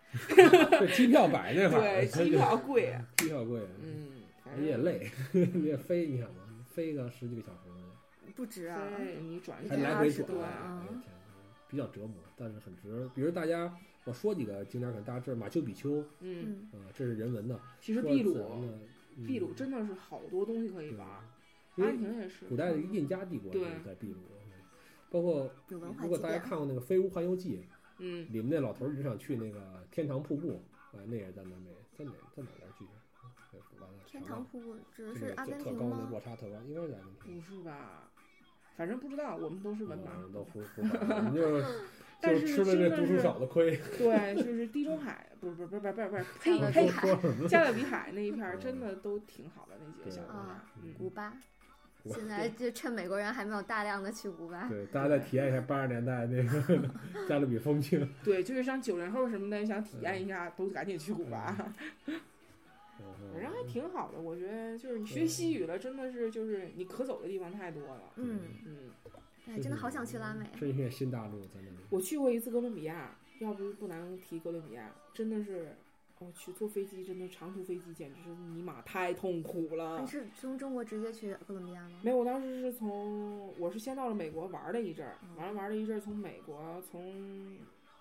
[SPEAKER 1] 这机票摆那块儿，
[SPEAKER 3] 对，机票贵，啊
[SPEAKER 1] 机票贵，
[SPEAKER 3] 嗯，反
[SPEAKER 1] 你
[SPEAKER 3] 正
[SPEAKER 1] 也累，你 也飞，你想嘛，飞个十几个小时，
[SPEAKER 2] 不值啊，
[SPEAKER 3] 对你转
[SPEAKER 1] 还
[SPEAKER 2] 对
[SPEAKER 1] 来
[SPEAKER 2] 啊
[SPEAKER 1] 回
[SPEAKER 2] 是
[SPEAKER 1] 转，
[SPEAKER 2] 多
[SPEAKER 1] 哎
[SPEAKER 2] 啊
[SPEAKER 1] 呦天，比较折磨，但是很值。比如大家，我说几个景点儿给大家知道，马丘比丘，
[SPEAKER 3] 嗯，
[SPEAKER 2] 嗯，
[SPEAKER 1] 呃，这是人文的，
[SPEAKER 3] 其实
[SPEAKER 1] 说
[SPEAKER 3] 秘
[SPEAKER 1] 自然
[SPEAKER 3] 鲁，
[SPEAKER 1] 的，嗯
[SPEAKER 3] 秘鲁真的是好多东西可以
[SPEAKER 1] 对
[SPEAKER 3] 玩儿。
[SPEAKER 1] 因
[SPEAKER 3] 阿
[SPEAKER 1] 为
[SPEAKER 3] 婷也是
[SPEAKER 1] 古代的印加帝国
[SPEAKER 3] 嗯对
[SPEAKER 1] 在秘鲁，嗯包括
[SPEAKER 2] 有文化
[SPEAKER 1] 如果
[SPEAKER 2] 积
[SPEAKER 1] 大家
[SPEAKER 3] 啊
[SPEAKER 2] 淀，
[SPEAKER 1] 看过那个《飞屋环游记》，
[SPEAKER 3] 嗯，
[SPEAKER 1] 你们那老头儿只想去那个天堂瀑布，啊，那也是在南美，在哪在哪儿去？哎完了，
[SPEAKER 2] 天
[SPEAKER 1] 想不
[SPEAKER 2] 堂
[SPEAKER 1] 到
[SPEAKER 2] 瀑布指的
[SPEAKER 1] 这个
[SPEAKER 2] 是阿
[SPEAKER 1] 特
[SPEAKER 2] 根
[SPEAKER 1] 特
[SPEAKER 2] 廷
[SPEAKER 1] 高的
[SPEAKER 2] 吗？
[SPEAKER 1] 落差特高，应该是在阿根廷。
[SPEAKER 3] 不是吧？反正不知道，我们都是文盲。
[SPEAKER 1] 嗯都胡胡搞，我们就是
[SPEAKER 3] 但
[SPEAKER 1] 就是吃了
[SPEAKER 3] 真
[SPEAKER 1] 这
[SPEAKER 3] 的
[SPEAKER 1] 读书
[SPEAKER 3] 是
[SPEAKER 1] 少的亏。
[SPEAKER 3] 对，就是地中海，不是不是不是不是不是不
[SPEAKER 2] 加
[SPEAKER 3] 是，呸
[SPEAKER 1] 说
[SPEAKER 2] 勒比
[SPEAKER 3] 呸，
[SPEAKER 2] 海
[SPEAKER 1] 说什么？
[SPEAKER 3] 加勒比海那一片儿真的都挺好的那几个
[SPEAKER 1] 对
[SPEAKER 3] 小国家
[SPEAKER 2] 啊，
[SPEAKER 1] 嗯
[SPEAKER 2] 古巴。
[SPEAKER 1] 我
[SPEAKER 2] 现在就趁美国人还没有大量的去古
[SPEAKER 3] 啊
[SPEAKER 2] 巴，
[SPEAKER 1] 对，大家再体验一下八十年代那 个加勒比风情。
[SPEAKER 3] 嗯对，就是像九零后什么的想体验一下，都赶紧去古巴，
[SPEAKER 1] 嗯
[SPEAKER 3] 反正还挺好的。我觉得就是你学西语了，真的是就是你可走的地方太多了。
[SPEAKER 2] 嗯，
[SPEAKER 3] 嗯，
[SPEAKER 2] 哎，真的好想去拉美啊，
[SPEAKER 1] 这片新大陆在那里。
[SPEAKER 3] 我去过一次哥伦比亚，要不不能提哥伦比亚，真的是。我去坐飞机，真的长途飞机简直是尼玛太痛苦了
[SPEAKER 2] 你。是从中国直接去哥伦比亚吗？
[SPEAKER 3] 没有，我当时是从我是先到了美国玩儿了一阵儿，
[SPEAKER 2] 嗯
[SPEAKER 3] 完了玩儿了一阵儿，从美国从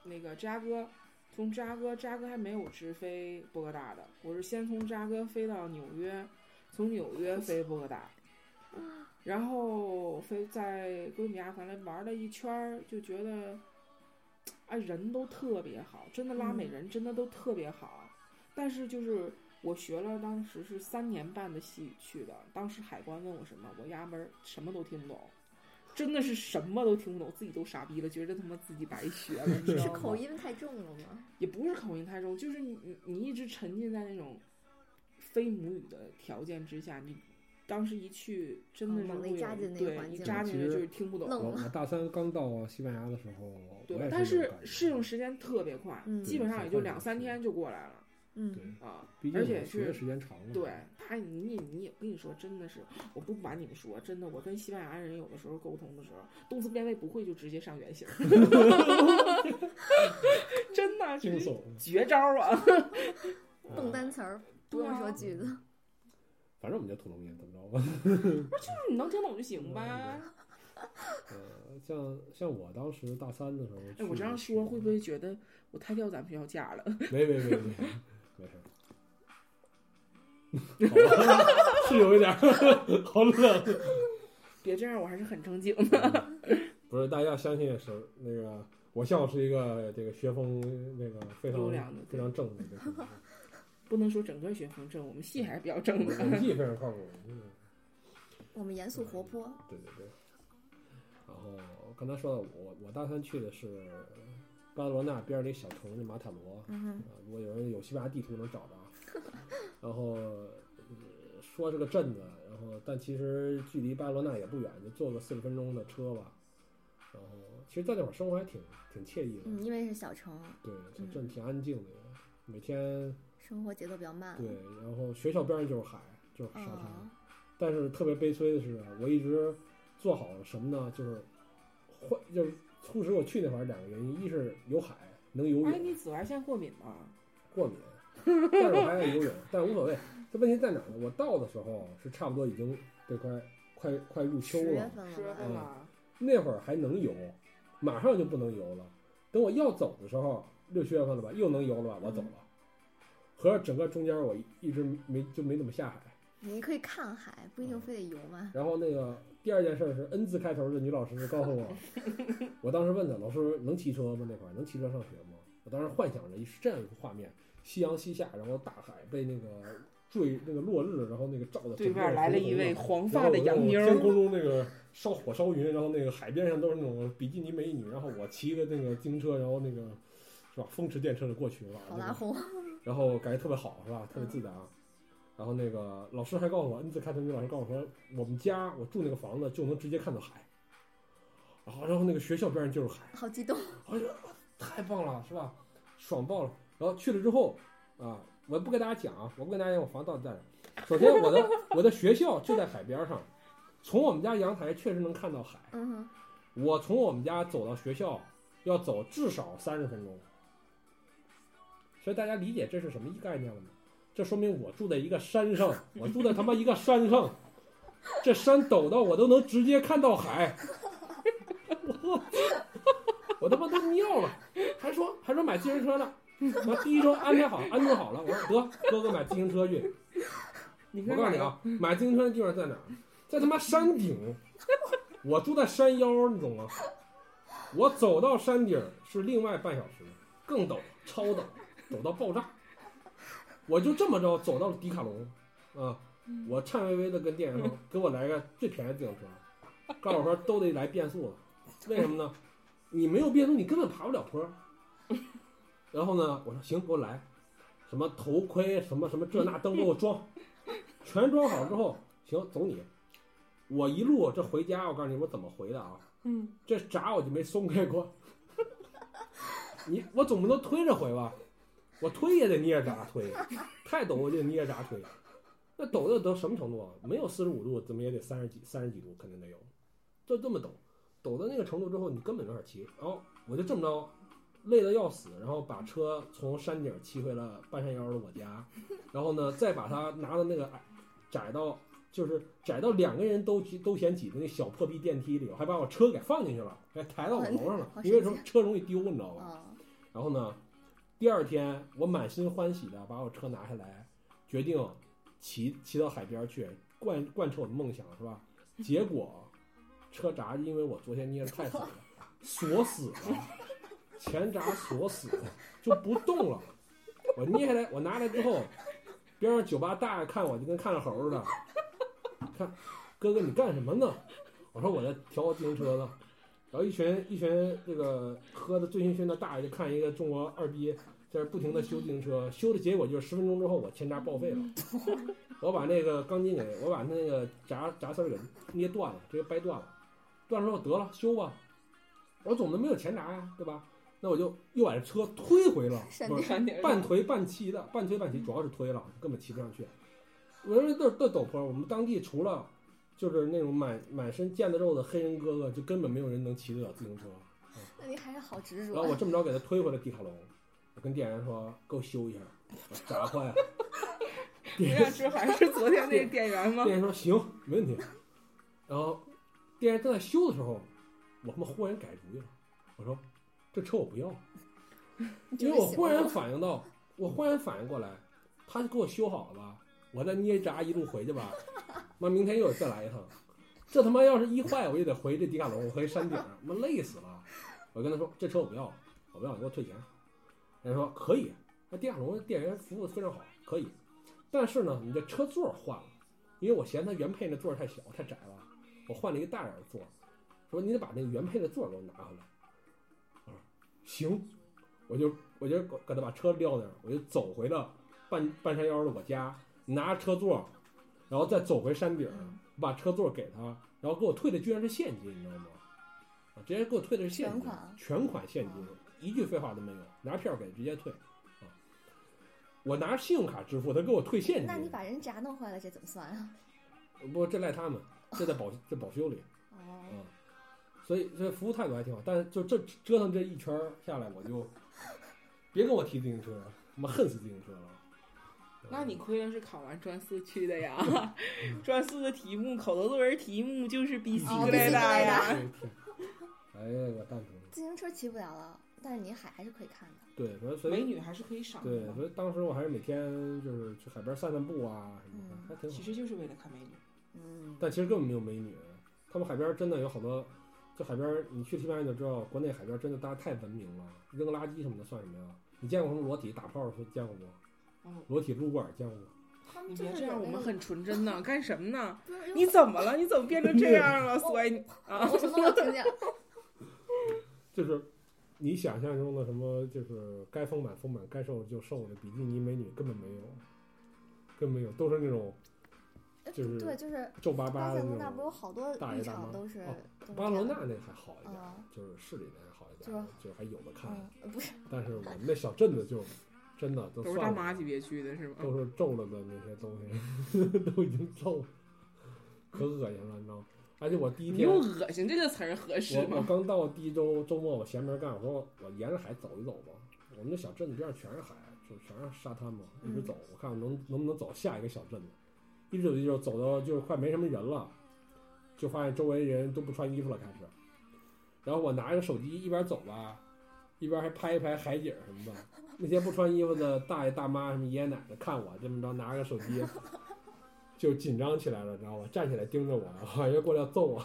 [SPEAKER 3] 那个芝加哥从芝加哥，芝加哥还没有直飞波哥大的，我是先从芝加哥飞到纽约，从纽约飞波哥大，然后飞在哥伦比亚反正玩了一圈儿，就觉得，哎，人都特别好，真的拉美
[SPEAKER 2] 嗯
[SPEAKER 3] 人真的都特别好，但是就是。我学了，当时是三年半的西语去的。当时海关问我什么，我压根儿什么都听不懂，真的是什么都听不懂，自己都傻逼了，觉得他妈自己白学了，你知道
[SPEAKER 2] 是
[SPEAKER 1] 啊
[SPEAKER 3] 吗？
[SPEAKER 2] 口音太重了吗？
[SPEAKER 3] 也不是口音太重，就是你你你一直沉浸在那种非母语的条件之下，你当时一去真的
[SPEAKER 2] 嗯
[SPEAKER 3] 是
[SPEAKER 2] 猛地
[SPEAKER 3] 会
[SPEAKER 2] 一
[SPEAKER 3] 有
[SPEAKER 2] 扎进那个
[SPEAKER 3] 对
[SPEAKER 2] 环
[SPEAKER 3] 一
[SPEAKER 2] 境
[SPEAKER 3] 扎进去
[SPEAKER 1] 其实
[SPEAKER 3] 就是听不懂。
[SPEAKER 2] 愣
[SPEAKER 1] 我
[SPEAKER 2] 了
[SPEAKER 1] 我大三刚到西班牙的时候，我也
[SPEAKER 3] 嗯对，
[SPEAKER 1] 是
[SPEAKER 3] 但
[SPEAKER 1] 这
[SPEAKER 3] 是
[SPEAKER 1] 种感觉
[SPEAKER 3] 适应时间特别快，
[SPEAKER 2] 嗯
[SPEAKER 3] 基本上也就两三
[SPEAKER 1] 对
[SPEAKER 3] 天就过来了
[SPEAKER 1] 对
[SPEAKER 2] 嗯，
[SPEAKER 3] 啊
[SPEAKER 1] 毕，竟
[SPEAKER 3] 而
[SPEAKER 1] 我
[SPEAKER 3] 且
[SPEAKER 1] 学的
[SPEAKER 3] 是
[SPEAKER 1] 时间长了嘛，
[SPEAKER 3] 对他，你也你也跟你说，真的是，我不瞒你们说，真的，我跟西班牙人有的时候沟通的时候，动词变位不会就直接上原形， 真的
[SPEAKER 1] 惊
[SPEAKER 3] 是
[SPEAKER 1] 悚。
[SPEAKER 3] 绝招 啊！
[SPEAKER 2] 蹦单词儿，不用说句子，
[SPEAKER 1] 嗯反正我们就土农民，怎么着吧？
[SPEAKER 3] 你能听懂就行
[SPEAKER 1] 嗯
[SPEAKER 3] 呗。
[SPEAKER 1] 呃，像像我当时大三的时候，
[SPEAKER 3] 哎，我这样
[SPEAKER 1] 去
[SPEAKER 3] 说会不会觉得我太掉咱们学校价了？
[SPEAKER 1] 没没没没没事儿，好吧是有一点儿 好冷。
[SPEAKER 3] 别这样，我还是很正经。
[SPEAKER 1] 不是，大家相信是那个，我校是一个这个学风那个非常
[SPEAKER 3] 优良的
[SPEAKER 1] 非常正的一个学校，
[SPEAKER 3] 不能说整个学风正，我们系还是比较正的。
[SPEAKER 1] 成绩非常靠谱。嗯
[SPEAKER 2] 我们严肃活泼，
[SPEAKER 1] 对对对。然后刚才说到我，我大三去的是巴塞罗那边儿的一小城市马塔罗，
[SPEAKER 2] 嗯
[SPEAKER 1] 啊，如果有人有西班牙地图能找 着啊。然后、呃说这个镇子，然后但其实距离巴塞罗那也不远，就坐个四十分钟的车吧。然后其实在那会儿生活还挺挺惬意的，
[SPEAKER 2] 嗯，因为是小城，
[SPEAKER 1] 对，这
[SPEAKER 2] 嗯
[SPEAKER 1] 镇挺安静的，每天
[SPEAKER 2] 生活节奏比较慢，
[SPEAKER 1] 对，然后学校边上就是海，就是沙滩。
[SPEAKER 2] 啊，
[SPEAKER 1] 但是特别悲催的是，啊我一直做好了什么呢？就是换，就是促使我去那会儿两个原因，一是有海能游泳，
[SPEAKER 3] 哎，你紫外线过敏吗？
[SPEAKER 1] 过敏，但是我还爱游泳，但无所谓。这问题在哪儿呢？我到的时候是差不多已经这快快快入秋
[SPEAKER 2] 十月
[SPEAKER 1] 了，
[SPEAKER 2] 份
[SPEAKER 3] 十月
[SPEAKER 2] 了
[SPEAKER 3] 份
[SPEAKER 2] 吧？
[SPEAKER 1] 嗯
[SPEAKER 3] 了，
[SPEAKER 1] 那会儿还能游，马上就不能游了。等我要走的时候，六七月份了吧，又能游了吧，我走了。合着整个中间我一一直没就没怎么下海。
[SPEAKER 2] 你可以看海，不一定
[SPEAKER 1] 嗯
[SPEAKER 2] 非得游嘛。
[SPEAKER 1] 然后那个第二件事是 N 字开头的女老师告诉我， 我当时问她老师能骑车吗？那会儿能骑车上学吗？我当时幻想着是这样一个画面：夕阳西下，然后大海被那个坠那个落日，然后那个照的
[SPEAKER 3] 对面来了一位黄发的洋妞
[SPEAKER 1] 天
[SPEAKER 3] 儿，
[SPEAKER 1] 空中那个烧火烧云，然后那个海边上都是那种比基尼美女，然后我骑个那个自行车，然后那个是吧风驰电掣的过去了，啊
[SPEAKER 2] 好拉红，
[SPEAKER 1] 然后感觉特别好，是吧？特别自然。然后那个老师还告诉我，N 字开头那个老师告诉我说，我们家我住那个房子就能直接看到海。然后，然后那个学校边上就是海，
[SPEAKER 2] 好激动，
[SPEAKER 1] 哎呀，太棒了，是吧？爽爆了。然后去了之后，啊，我不跟大家讲啊，我不跟大家讲我房到底在哪儿。首先，我的我的学校就在海边上，从我们家阳台确实能看到海。
[SPEAKER 2] 嗯哼，
[SPEAKER 1] 我从我们家走到学校要走至少三十分钟，所以大家理解这是什么一概念了吗？这说明我住在一个山上，我住在他妈一个山上，这山陡到我都能直接看到海，我我他妈都尿了，还说还说买自行车呢，我第一周安排好安顿好了，我说得哥哥买自行车去，
[SPEAKER 3] 你
[SPEAKER 1] 我
[SPEAKER 3] 看
[SPEAKER 1] 告诉你啊，买自行车的地方在哪儿？在他妈山顶。我住在山腰，你懂吗？我走到山顶是另外半小时，更陡，超陡，陡到爆炸。我就这么着走到了迪卡侬，啊，我颤巍巍的跟店员说：“给我来个最便宜的自行车。”告诉我说都得来变速了，为什么呢？你没有变速，你根本爬不了坡。然后呢，我说行，给我来，什么头盔，什么什么这那都给我装，全装好之后，行，走你。我一路这回家，我告诉你我怎么回的啊？
[SPEAKER 3] 嗯，
[SPEAKER 1] 这闸我就没松开过。你我总不能推着回吧？我推也得捏着闸推，太陡我就捏着闸推。那陡又得什么程度啊？没有四十五度，怎么也得三十几、三十几度，肯定得有。就这么陡，陡到那个程度之后，你根本没法骑。然后哦我就这么着，累得要死，然后把车从山顶骑回了半山腰的我家，然后呢，再把它拿到那个矮窄到就是窄到两个人都挤都嫌挤的那小破逼电梯里，我还把我车给放进去了，还抬到我楼上了
[SPEAKER 2] 好，神
[SPEAKER 1] 因为什么车容易丢，你知道吧？
[SPEAKER 2] 哦，
[SPEAKER 1] 然后呢，第二天，我满心欢喜的把我车拿下来，决定骑骑到海边去，贯贯彻我的梦想，是吧？结果车闸因为我昨天捏的太狠了，锁死了，前闸锁死了，就不动了。我捏下来，我拿下来之后，边上酒吧大爷看我就跟看了猴似的，看哥哥你干什么呢？我说我在调自行车呢。然后一群一群这个喝的醉醺醺的大爷就看一个中国二逼在这不停的修自行车，修的结果就是十分钟之后我前闸报废
[SPEAKER 2] 嗯
[SPEAKER 1] 了，我把那个钢筋给我把那个闸闸丝儿给捏断了，直接掰断了，断了之后得了修吧，我总的没有前闸呀，对吧？那我就又把这车推回了，
[SPEAKER 2] 闪
[SPEAKER 1] 不是
[SPEAKER 2] 电
[SPEAKER 3] 闪点
[SPEAKER 1] 半推半骑的，半推半骑，主要是推了，根本骑不上去。我说这这陡坡，我们当地除了就是那种满满身腱子肉的黑人哥哥，就根本没有人能骑得了自行车。
[SPEAKER 2] 那你还是好执
[SPEAKER 1] 然后我
[SPEAKER 2] 着。
[SPEAKER 1] 这么着给他推回了迪卡侬，我跟店员说给我修一下，我说砸坏了。
[SPEAKER 3] 你想吃还是昨天那个店员吗？
[SPEAKER 1] 店员说行，没问题。然后店员正在修的时候，我他妈忽然改主意了，我说这车我不要，
[SPEAKER 2] 你
[SPEAKER 1] 因
[SPEAKER 2] 就
[SPEAKER 1] 为
[SPEAKER 2] 是
[SPEAKER 1] 我
[SPEAKER 2] 喜
[SPEAKER 1] 忽
[SPEAKER 2] 欢
[SPEAKER 1] 然
[SPEAKER 2] 我
[SPEAKER 1] 反应到，我忽然反应过来，他就给我修好了吧，我再捏闸一路回去吧，妈明天又得再来一趟，这他妈要是一坏我也得回这迪卡侬，我回山顶，他妈累死了。我跟他说这车我不要，我不要，你给我退钱。人家说可以，那迪卡侬店员服务非常好，可以，但是呢，你的车座换了，因为我嫌它原配那座太小太窄了，我换了一个大点儿的座，说你得把那个原配的座给我拿回来。我说行，我就我就搁他把车撂那儿，我就走回了半半山腰的我家，拿着车座，然后再走回山顶，把车座给他，然后给我退的居然是现金，你知道吗？啊，直接给我退的是现金，
[SPEAKER 2] 全款
[SPEAKER 1] 全款现金，一句废话都没有，拿票给直接退。啊，我拿信用卡支付，他给我退现金。
[SPEAKER 2] 那你把人闸弄坏了，这怎么算啊？
[SPEAKER 1] 不，这赖他们，这在保这保修里，
[SPEAKER 2] 哦，
[SPEAKER 1] 嗯，所以这服务态度还挺好。但是就这折腾这一圈儿下来，我就别跟我提自行车，他妈恨死自行车了。嗯
[SPEAKER 3] 那你亏了是考完专四去 的呀，专四的题目，口头作文题目就是比西
[SPEAKER 2] 哦
[SPEAKER 3] 格雷达
[SPEAKER 1] 哎
[SPEAKER 3] 呀。
[SPEAKER 1] 呦天哎呀，我蛋疼。
[SPEAKER 2] 自行车骑不了了，但是你海还是可以看的。
[SPEAKER 1] 对，我说所
[SPEAKER 3] 美
[SPEAKER 1] 以
[SPEAKER 3] 女还是可以赏
[SPEAKER 1] 对
[SPEAKER 3] 的，嘛，
[SPEAKER 1] 所以当时我还是每天就是去海边散散步啊什么的
[SPEAKER 2] 嗯，
[SPEAKER 1] 还挺好
[SPEAKER 3] 其。实就是为了看美女。
[SPEAKER 2] 嗯，
[SPEAKER 1] 但其实根本没有美女，啊他们海边真的有好多。这海边你去西班牙就知道，国内海边真的大家太文明了，扔垃圾什么的算什么呀？你见过什么裸体打炮的时候见过吗？
[SPEAKER 2] 嗯
[SPEAKER 3] 哦，
[SPEAKER 1] 裸体撸管见过吗？
[SPEAKER 2] 他们
[SPEAKER 3] 你
[SPEAKER 2] 就
[SPEAKER 3] 别
[SPEAKER 2] 是
[SPEAKER 3] 这样，
[SPEAKER 2] 有
[SPEAKER 3] 我
[SPEAKER 2] 那
[SPEAKER 3] 们
[SPEAKER 2] 个
[SPEAKER 3] 很纯真呢，干什么呢？
[SPEAKER 2] 不 是
[SPEAKER 3] 你怎么了？你怎么变成这 样了？所以啊，
[SPEAKER 2] 我什么都听 见了。
[SPEAKER 1] 就是你想象中的什么，就是该丰满丰满，该瘦就瘦的比基尼美女根本没有，根本没有，都是那种
[SPEAKER 2] 呃
[SPEAKER 1] 就是
[SPEAKER 2] 对，就是
[SPEAKER 1] 皱巴巴
[SPEAKER 2] 巴塞
[SPEAKER 1] 的
[SPEAKER 2] 罗那
[SPEAKER 1] 那
[SPEAKER 2] 不是
[SPEAKER 1] 种。
[SPEAKER 2] 有好多
[SPEAKER 1] 大
[SPEAKER 2] 浴
[SPEAKER 1] 爷大
[SPEAKER 2] 场
[SPEAKER 1] 妈
[SPEAKER 2] 都是
[SPEAKER 1] 哦
[SPEAKER 2] 都是
[SPEAKER 1] 巴罗
[SPEAKER 2] 这
[SPEAKER 1] 那
[SPEAKER 2] 样的
[SPEAKER 1] 那还好一点，
[SPEAKER 2] 嗯
[SPEAKER 1] 就是市里面还好一点，
[SPEAKER 2] 就是
[SPEAKER 1] 就是还有的看。
[SPEAKER 2] 嗯呃 不是
[SPEAKER 1] 但是我们那小镇子就真的都
[SPEAKER 3] 都
[SPEAKER 1] 算
[SPEAKER 3] 是大
[SPEAKER 1] 了
[SPEAKER 3] 妈级别去的是吗？
[SPEAKER 1] 都是皱了的那些东西， 都已经皱了，可恶心了，你知道吗？而且我第一
[SPEAKER 3] 你
[SPEAKER 1] 天
[SPEAKER 3] 用“恶心”这个词儿合适
[SPEAKER 1] 我我
[SPEAKER 3] 吗？
[SPEAKER 1] 刚到第一周周末，我闲没干，我说我沿着海走一走吧。我们这小镇子边上全是海，就全是沙滩嘛，一直走，我看我能能不能走下一个小镇子。一直走一直走，走到就是快没什么人了，就发现周围人都不穿衣服了，开始。然后我拿着手机一边走吧，一边还拍一拍海景什么的。那些不穿衣服的大爷大妈什么爷爷奶奶看我这么着拿个手机，就紧张起来了，你知道吗？站起来盯着我，好像过来要揍我。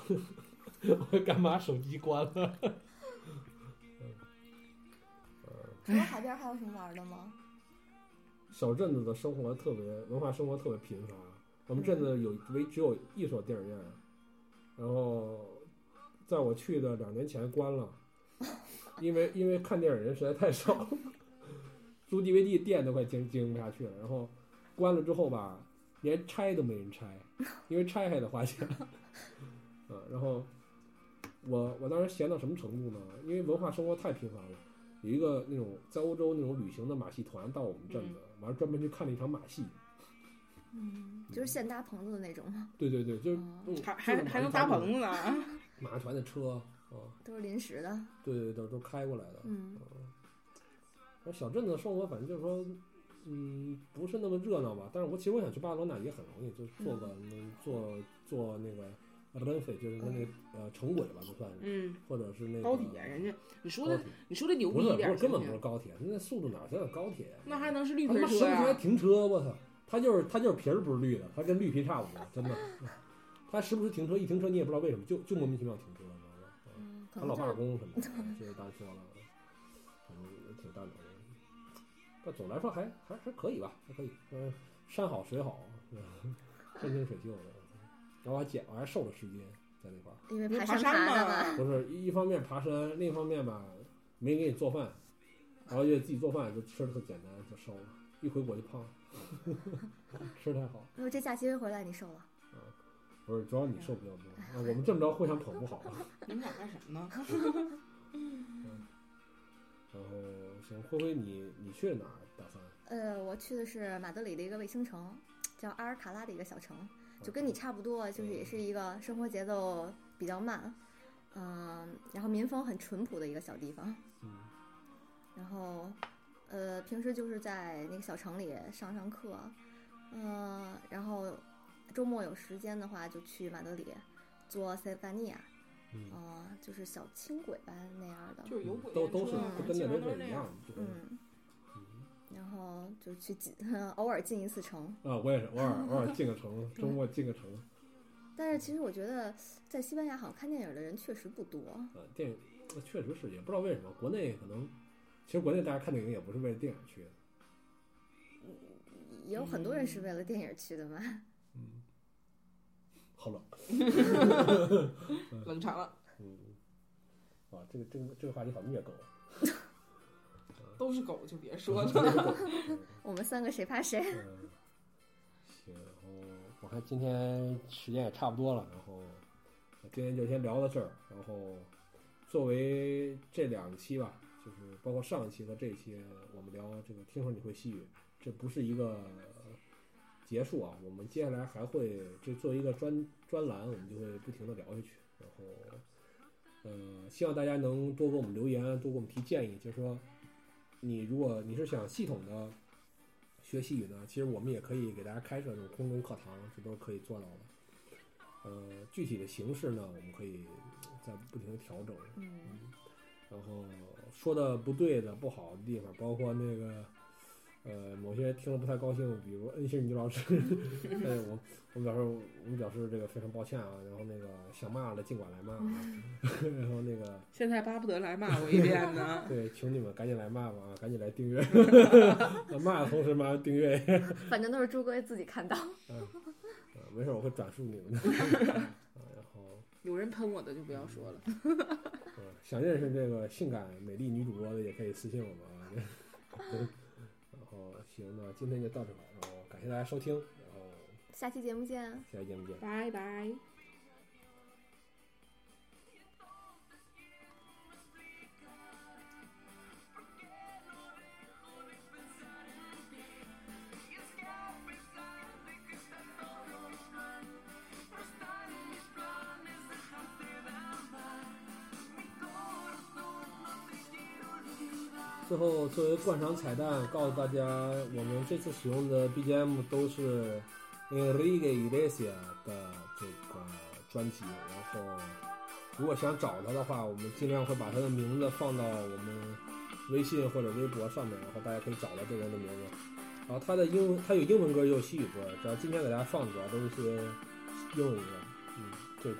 [SPEAKER 1] 我干嘛手机关了？
[SPEAKER 2] 除了海边还有什么玩的吗？嗯
[SPEAKER 1] 小镇子的生活特别，文化生活特别贫乏。我们镇子有唯只有一所电影院，然后在我去的两年前关了，因为因为看电影人实在太少，租 DVD 店都快经经营不下去了。然后关了之后吧，连拆都没人 拆，因为拆还得花钱。啊，然后我我当时闲到什么程度呢？因为文化生活太频繁了，有一个那种在欧洲那种旅行的马戏团到我们镇
[SPEAKER 3] 嗯
[SPEAKER 1] 子，完了专门去看了一场马戏。
[SPEAKER 2] 嗯，就是现搭棚子的那种吗？
[SPEAKER 1] 对对对，就是、
[SPEAKER 2] 哦
[SPEAKER 1] 嗯
[SPEAKER 3] 还还
[SPEAKER 1] 就是
[SPEAKER 3] 还能
[SPEAKER 1] 马
[SPEAKER 3] 搭
[SPEAKER 1] 戏团那种
[SPEAKER 3] 棚子呢啊！
[SPEAKER 1] 马戏团的车啊，
[SPEAKER 2] 都是临时的。
[SPEAKER 1] 对对对，都开过来的。
[SPEAKER 2] 嗯，
[SPEAKER 1] 然呃后小镇子生活，反正就是说，嗯，不
[SPEAKER 3] 嗯
[SPEAKER 1] 是那么热闹吧。但是我其实我想去巴塞罗那也很容易，就坐个、坐坐那个 renfe 就是跟那个呃城轨吧，就算是，
[SPEAKER 3] 嗯，
[SPEAKER 1] 或者是那个
[SPEAKER 3] 高铁人家你说
[SPEAKER 1] 高
[SPEAKER 3] 的
[SPEAKER 1] 铁
[SPEAKER 3] 你说的牛
[SPEAKER 1] 不
[SPEAKER 3] 逼
[SPEAKER 1] 是
[SPEAKER 3] 一
[SPEAKER 1] 不
[SPEAKER 3] 点
[SPEAKER 1] 是
[SPEAKER 3] 儿行
[SPEAKER 1] 根
[SPEAKER 3] 不
[SPEAKER 1] 本不是
[SPEAKER 3] 行？
[SPEAKER 1] 高铁，那速度哪像高铁呀？啊
[SPEAKER 3] 那还能是绿
[SPEAKER 1] 他
[SPEAKER 3] 皮
[SPEAKER 1] 妈
[SPEAKER 3] 车
[SPEAKER 1] 生来
[SPEAKER 3] 呀？
[SPEAKER 1] 停车，我操！他就是他就是皮儿不是绿的，他跟绿皮差不多，真的。 他时不时停车，一停车你也不知道为什么，就就莫名其妙停车，你知道吗？嗯
[SPEAKER 2] 嗯，可
[SPEAKER 1] 他
[SPEAKER 2] 能
[SPEAKER 1] 老
[SPEAKER 2] 就
[SPEAKER 1] 罢
[SPEAKER 2] 是
[SPEAKER 1] 工什么的， 这是单说了，反正也挺蛋疼的。但总来说还还还可以吧，还可以。嗯，山好水好，是吧山清水秀的。然后我还减，我还瘦了十斤在那块儿。
[SPEAKER 2] 因为
[SPEAKER 3] 你
[SPEAKER 2] 爬
[SPEAKER 3] 爬
[SPEAKER 2] 山
[SPEAKER 3] 山
[SPEAKER 2] 爬的
[SPEAKER 3] 嘛
[SPEAKER 2] 嘛，
[SPEAKER 1] 不是一一方面爬山，另一方面吧，没人给你做饭，然后就自己做饭，就吃的特简单，就瘦了。一回国就胖了， 吃太好。
[SPEAKER 2] 因为这假期回来你瘦了，
[SPEAKER 1] 不是，主要你瘦比较多。啊我们这么着互相捧不好。啊
[SPEAKER 3] 你们俩干什么呢？
[SPEAKER 1] 然后行，灰灰你你去哪儿？大三？
[SPEAKER 2] 呃，我去的是马德里的一个卫星城，叫阿尔卡拉的一个小城，就
[SPEAKER 1] 嗯
[SPEAKER 2] 跟你差不多，就是也是一个生活节奏比较慢，嗯，然后民风很淳朴的一个小地方。
[SPEAKER 1] 嗯
[SPEAKER 2] 然后，呃，平时就是在那个小城里上上课，嗯、然后周末有时间的话就去马德里坐塞凡尼亚，
[SPEAKER 1] 嗯，
[SPEAKER 2] 嗯、就是小轻轨吧那样的，
[SPEAKER 3] 就是有轨
[SPEAKER 1] 都
[SPEAKER 3] 电
[SPEAKER 1] 都是
[SPEAKER 3] 车啊，
[SPEAKER 1] 都跟
[SPEAKER 3] 基
[SPEAKER 1] 那
[SPEAKER 3] 本
[SPEAKER 1] 边
[SPEAKER 3] 上都是
[SPEAKER 1] 是
[SPEAKER 3] 那
[SPEAKER 1] 一
[SPEAKER 3] 样
[SPEAKER 1] 样。的，就是
[SPEAKER 2] 嗯，
[SPEAKER 1] 嗯
[SPEAKER 2] 然后就去进， 偶尔进一次城。
[SPEAKER 1] 啊，我也是偶尔偶尔进个 城，周末进个城
[SPEAKER 2] 但是其实我觉得在西班牙好像看电影的人确实不多，
[SPEAKER 1] 啊，电影确实是，也不知道为什么，国内可能其实国内大家看电影也不是为了电影去的，
[SPEAKER 2] 也有很多人是为了电影去的嘛。
[SPEAKER 1] 嗯，好冷。
[SPEAKER 3] 冷场了，
[SPEAKER 1] 嗯，啊，这个这个这个话题好虐 狗啊，
[SPEAKER 3] 都是狗就别 说了。
[SPEAKER 1] 虐狗。嗯
[SPEAKER 2] 我们三个谁怕谁？
[SPEAKER 1] 嗯行，然后我看今天时间也差不多了，然后今天就先聊到这儿。然后作为这两期吧，就是包括呃上一期和这一期，我们聊这个“听说你会西语”，这不是一个结束啊，我们接下来还会这作为一个专专栏，我们就会不停的聊下去。然后，嗯、希望大家能多给我们留言，多给我们提建议，就是说。你如果你是想系统的学西语呢，其实我们也可以给大家开设这种空中课堂，这都是可以做到的。呃，具体的形式呢，我们可以在不停的调整。
[SPEAKER 2] 嗯，
[SPEAKER 1] 然后说的不对的、不好的地方，包括那个呃，某些听了不太高兴，比如恩熙女老师， 哎，我我们表示我们表示这个非常抱歉啊。然后那个想骂的尽管来骂啊， 然后那个。
[SPEAKER 3] 现在巴不得来骂我一遍呢
[SPEAKER 1] 对，请你们赶紧来骂吧啊，赶紧来订阅， 骂的同时骂订阅
[SPEAKER 2] 反正都是朱哥自己看到。
[SPEAKER 1] 啊，没事儿，我会转述你们的。啊，然后，
[SPEAKER 3] 有人喷我的就不要说了。
[SPEAKER 1] 嗯，想认识这个性感美丽女主播的也可以私信我们啊。 然后，行，那今天就到这儿吧，然后感谢大家收听，然后
[SPEAKER 2] 下期节目见。啊
[SPEAKER 1] 下期节目见。
[SPEAKER 3] 拜拜。
[SPEAKER 1] 最后，作为惯常彩蛋，告诉大家，我们这次使用的 BGM 都是 Enrique Iglesias 的这个专辑。然后，如果想找他的话，我们尽量会把他的名字放到我们微信或者微博上面，然后大家可以找到这个人的名字。然后他的英文，他有英文歌，也有西语歌，只要今天给大家放的主要都是一些英文歌。嗯，这个